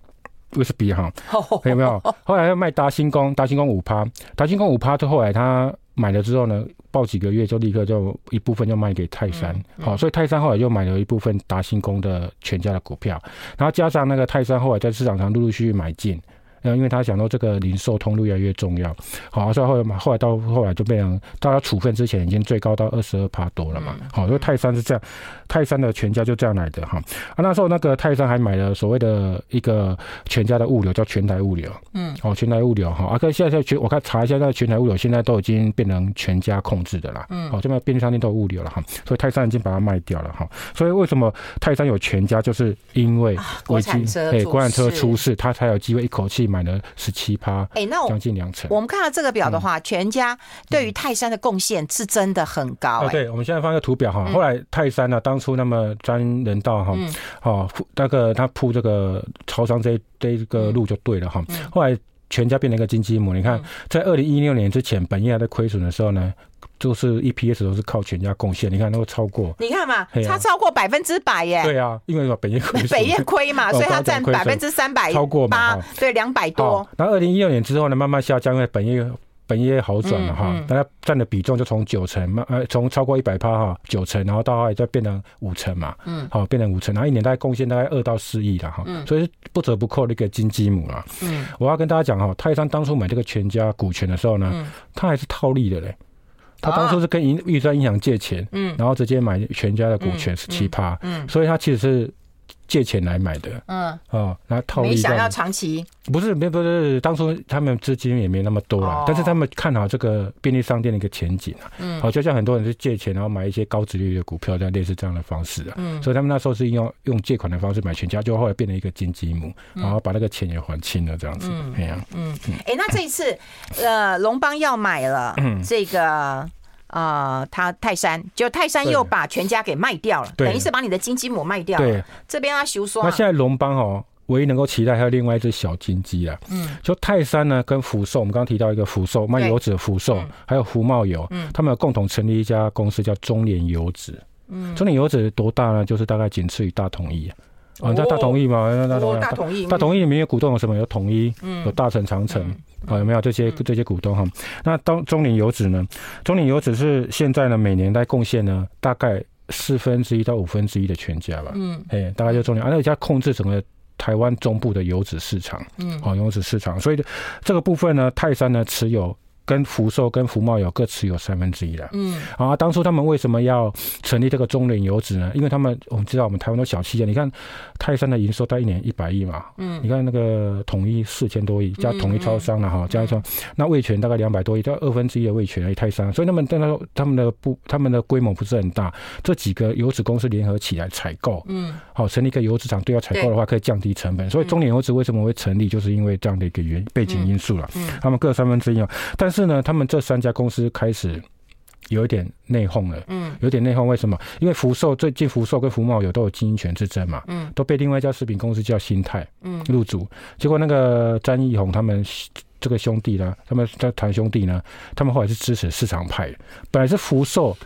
B: 威士忌哈，
A: 哦
B: 有没有？后来要卖达兴工，达兴工五趴，达兴工五趴，后来他买了之后呢，报几个月就立刻就一部分就卖给泰山，好、所以泰山后来又买了一部分达兴工的全家的股票，然后加上那个泰山后来在市场上陆陆续续买进。嗯，因为他想到这个零售通路越来越重要，好、所以后来后来到后来就变成大家处分之前已经最高到二十二趴多了嘛，好、所以泰山是这样，泰山的全家就这样来的哈。啊，那时候那个泰山还买了所谓的一个全家的物流，叫全台物流，
A: 嗯，
B: 哦，全台物流哈。啊，可是现在在全我看查一下，那个全台物流现在都已经变成全家控制的啦，嗯，哦，这边便利商店都有物流了哈，所以泰山已经把它卖掉了哈。所以为什么泰山有全家，就是因为
A: 啊国
B: 已经
A: 产车
B: 哎
A: 出
B: 国产车
A: 事
B: 出事，他才有机会一口气买了十七趴，
A: 哎，那我
B: 将近两成。
A: 我们看到这个表的
B: 嗯
A: 话，全家对于泰山的贡献是真的很高
B: 啊，
A: 哎。嗯
B: 嗯对，我们现在放一个图表哈。后来泰山呢、啊当初那么专人道哈，哦，铺那个他铺这个朝商这一这一个路就对了哈。
A: 嗯
B: 后来全家变成一个金鸡母，你看，在二零一六年之前，本业还在亏损的时候呢，就是 EPS 都是靠全家贡献，你看都超过。
A: 你看嘛
B: 嘿，啊
A: 它超过百分之百耶，
B: 对啊，因为本业亏损。
A: 北面亏嘛，
B: 哦
A: 所以它
B: 高
A: 占
B: 点亏
A: 百
B: 损
A: 分之三百
B: 超过嘛
A: 八
B: 哦，
A: 对，两百
B: 好
A: 多，，
B: 那二零一六年之后呢，慢慢下降，因为本业本业好转了哈
A: 嗯嗯，
B: 大家占的比重就从九成，慢呃从超过一百趴哈九成，然后到后来再变成五成嘛，
A: 嗯
B: 好变成五成，然后一年大概贡献大概二到四亿了哈，所以是不折不扣的一个金鸡母啦。
A: 嗯，
B: 我要跟大家讲哈，泰山当初买这个全家股权的时候
A: 嗯
B: 呢，他还是套利的嘞。他当初是跟银玉山银行借钱，
A: 嗯
B: 然后直接买全家的股权十七趴，
A: 嗯
B: 所以他其实是借钱来买的
A: 嗯，
B: 哦，然后套
A: 没
B: 利这
A: 想要
B: 样。
A: 长期，
B: 不是，没不是，当初他们资金也没那么多啦，
A: 哦
B: 但是他们看好这个便利商店的一个前景啊。
A: 嗯
B: 好、就像很多人是借钱，然后买一些高值率的股票，这样类似这样的方式啊。
A: 嗯
B: 所以他们那时候是用用借款的方式买全家，就后来变成一个金鸡母，然后把那个钱也还清了，这样子。
A: 嗯
B: 哎呀、
A: 嗯，哎，那这一次，呃，龙邦要买了
B: 嗯
A: 这个。呃，他泰山就泰山
B: 对
A: 又把全家给卖掉了，
B: 对
A: 等于是把你的金鸡母卖掉了。
B: 对，
A: 这边要修说啊
B: 那现在龙邦哦，唯一能够期待还有另外一只小金鸡啊，
A: 嗯，
B: 就泰山呢跟福寿，我们刚刚提到一个福寿卖油脂的福寿，还有福茂油，
A: 嗯
B: 他们有共同成立一家公司叫中联油脂，嗯，中联油脂多大呢？就是大概仅次于大统一啊，哦，那
A: 哦
B: 大统一嘛，那大统
A: 我
B: 一
A: 大同意，
B: 大统一里面有股东有什么？有统一，
A: 嗯
B: 有大成、长城，啊、有没有这些这些股东哈？那当中岭油脂呢？中岭油脂是现在呢每年在贡献呢大概四分之一到五分之一的全家吧，
A: 嗯
B: 哎、大概就中岭，而且它控制整个台湾中部的油脂市场，
A: 嗯
B: 好、油脂市场，所以这个部分呢，泰山呢持有跟福寿跟福茂有各持有三分之一的。
A: 嗯
B: 啊，当初他们为什么要成立这个中岭油脂呢？因为他们我们知道我们台湾都小企业，你看泰山的营收在一年一百亿嘛，
A: 嗯
B: 你看那个统一四千多亿，加统一超商了哈，加一超，那味全大概两百多亿，到二分之一的味全而已，泰山，所以他们但他他们的不他们的规模不是很大，这几个油脂公司联合起来采购，
A: 嗯
B: 好、成立一个油脂厂，对要采购的话可以降低成本，所以中联油脂为什么会成立，就是因为这样的一个原背景因素了，
A: 嗯
B: 他们各三分之一哦，但是呢，他们这三家公司开始有一点内讧了。
A: 嗯
B: 有点内讧，为什么？因为福寿最近福寿跟福茂有都有经营权之争嘛，
A: 嗯
B: 都被另外一家食品公司叫新泰，
A: 嗯
B: 入主，结果那个詹义宏他们这个兄弟呢，他们这堂兄弟呢，他们后来是支持市场派的，本来是福寿，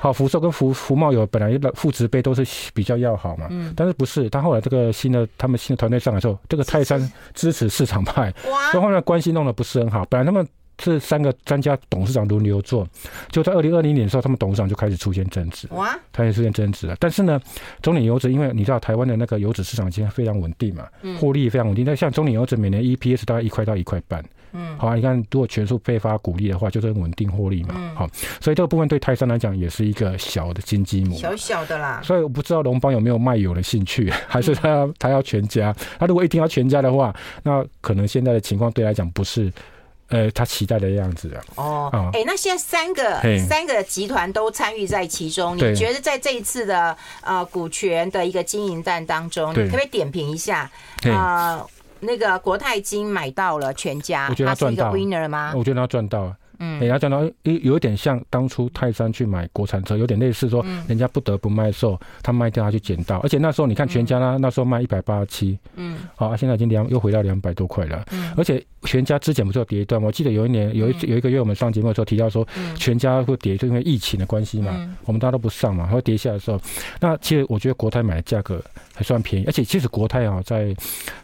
B: 好福寿跟福福茂友本来父子辈都是比较要好嘛，
A: 嗯，
B: 但是不是他后来这个新的他们新的团队上来之后，这个泰山支持市场派，
A: 哇
B: 所以后面关系弄得不是很好，本来他们。这三个专家董事长轮流做，就在二零二零年的时候，他们董事长就开始出现争执，
A: 哇，
B: 开始出现争执了。但是呢，中岭油脂，因为你知道台湾的那个油脂市场现在非常稳定嘛，
A: 嗯
B: 获利非常稳定。但像中岭油脂每年 EPS 大概一块到一块半，
A: 嗯
B: 好、啊，你看如果全数配发股利的话，就是很稳定获利嘛，
A: 嗯
B: 好、所以这个部分对泰山来讲也是一个小的金鸡母。
A: 小小的啦，
B: 所以我不知道龙邦有没有卖油的兴趣， 还是他
A: 嗯
B: 要他要全家？他如果一定要全家的话，那可能现在的情况对他来讲不是，呃，他期待的样子啊。
A: 哦
B: 啊，
A: 哎、那现在三个
B: 嘿
A: 三个集团都参与在其中，
B: 对
A: 你觉得在这一次的呃股权的一个经营战当中，你
B: 对
A: 可不可以点评一下
B: 嘿
A: 呃，那个国泰金买到了全家，
B: 我觉得
A: 它
B: 他
A: 是一
B: 赚
A: 个
B: 到哦哎
A: winner 吗？
B: 我觉得他赚到了。
A: 嗯
B: 人家讲到有有一点像当初泰山去买国产车，有点类似说
A: 嗯，
B: 人家不得不卖售，他卖掉他去捡到，而且那时候你看全家呢，那时候卖一百八十七，
A: 嗯
B: 好，现在已经两又回到两百多块了。
A: 嗯
B: 而且全家之前不是有跌一段吗？我记得有一年有一
A: 嗯
B: 有一个月我们上节目的时候提到说，
A: 嗯
B: 全家会跌，就因为疫情的关系嘛
A: 嗯，
B: 我们大家都不上嘛，它会跌下来的时候，那其实我觉得国泰买的价格还算便宜，而且其实国泰啊，在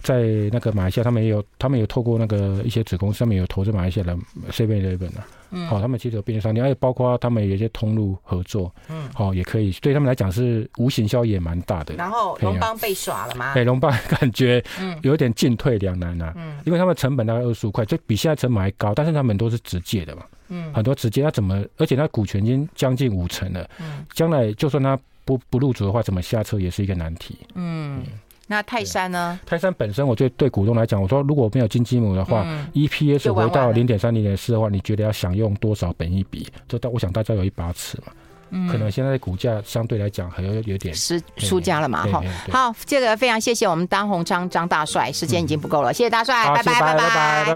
B: 在那个马来西亚，他们也有他们也有透过那个一些子公司，他们也有投资马来西亚的 Seven Eleven 啊，
A: 嗯
B: 好、他们其实有便利商店，而且包括他们有一些通路合作，
A: 嗯
B: 好、也可以对他们来讲是无形效益也蛮大的。
A: 然后龙邦被耍了吗
B: 哎，？龙爸感觉
A: 嗯
B: 有点进退两难啊。
A: 嗯
B: 因为他们成本大概二十五块，就比现在成本还高，但是他们都是直借的嘛，
A: 嗯
B: 很多直接，他怎么？而且他股权已经将近五成了，
A: 嗯
B: 将来就算他不不入主的话，怎么下车也是一个难题。
A: 嗯，那泰山呢？
B: 泰山本身，我觉得对股东来讲，我说如果没有金鸡母的话、
A: 嗯
B: e p
A: 就
B: s
A: 玩
B: 回
A: 完
B: 到
A: 了
B: 零点三、零点四的话，你觉得要享用多少本益比？这大我想大家有一把尺嘛，
A: 嗯
B: 可能现在的股价相对来讲还有有点
A: 是输家了嘛？
B: 对
A: 哈
B: 对，对
A: 好，这个非常谢谢我们当红张张大帅，时间已经不够了，谢谢大帅，
B: 好
A: 拜
B: 谢谢
A: 拜
B: 拜拜拜拜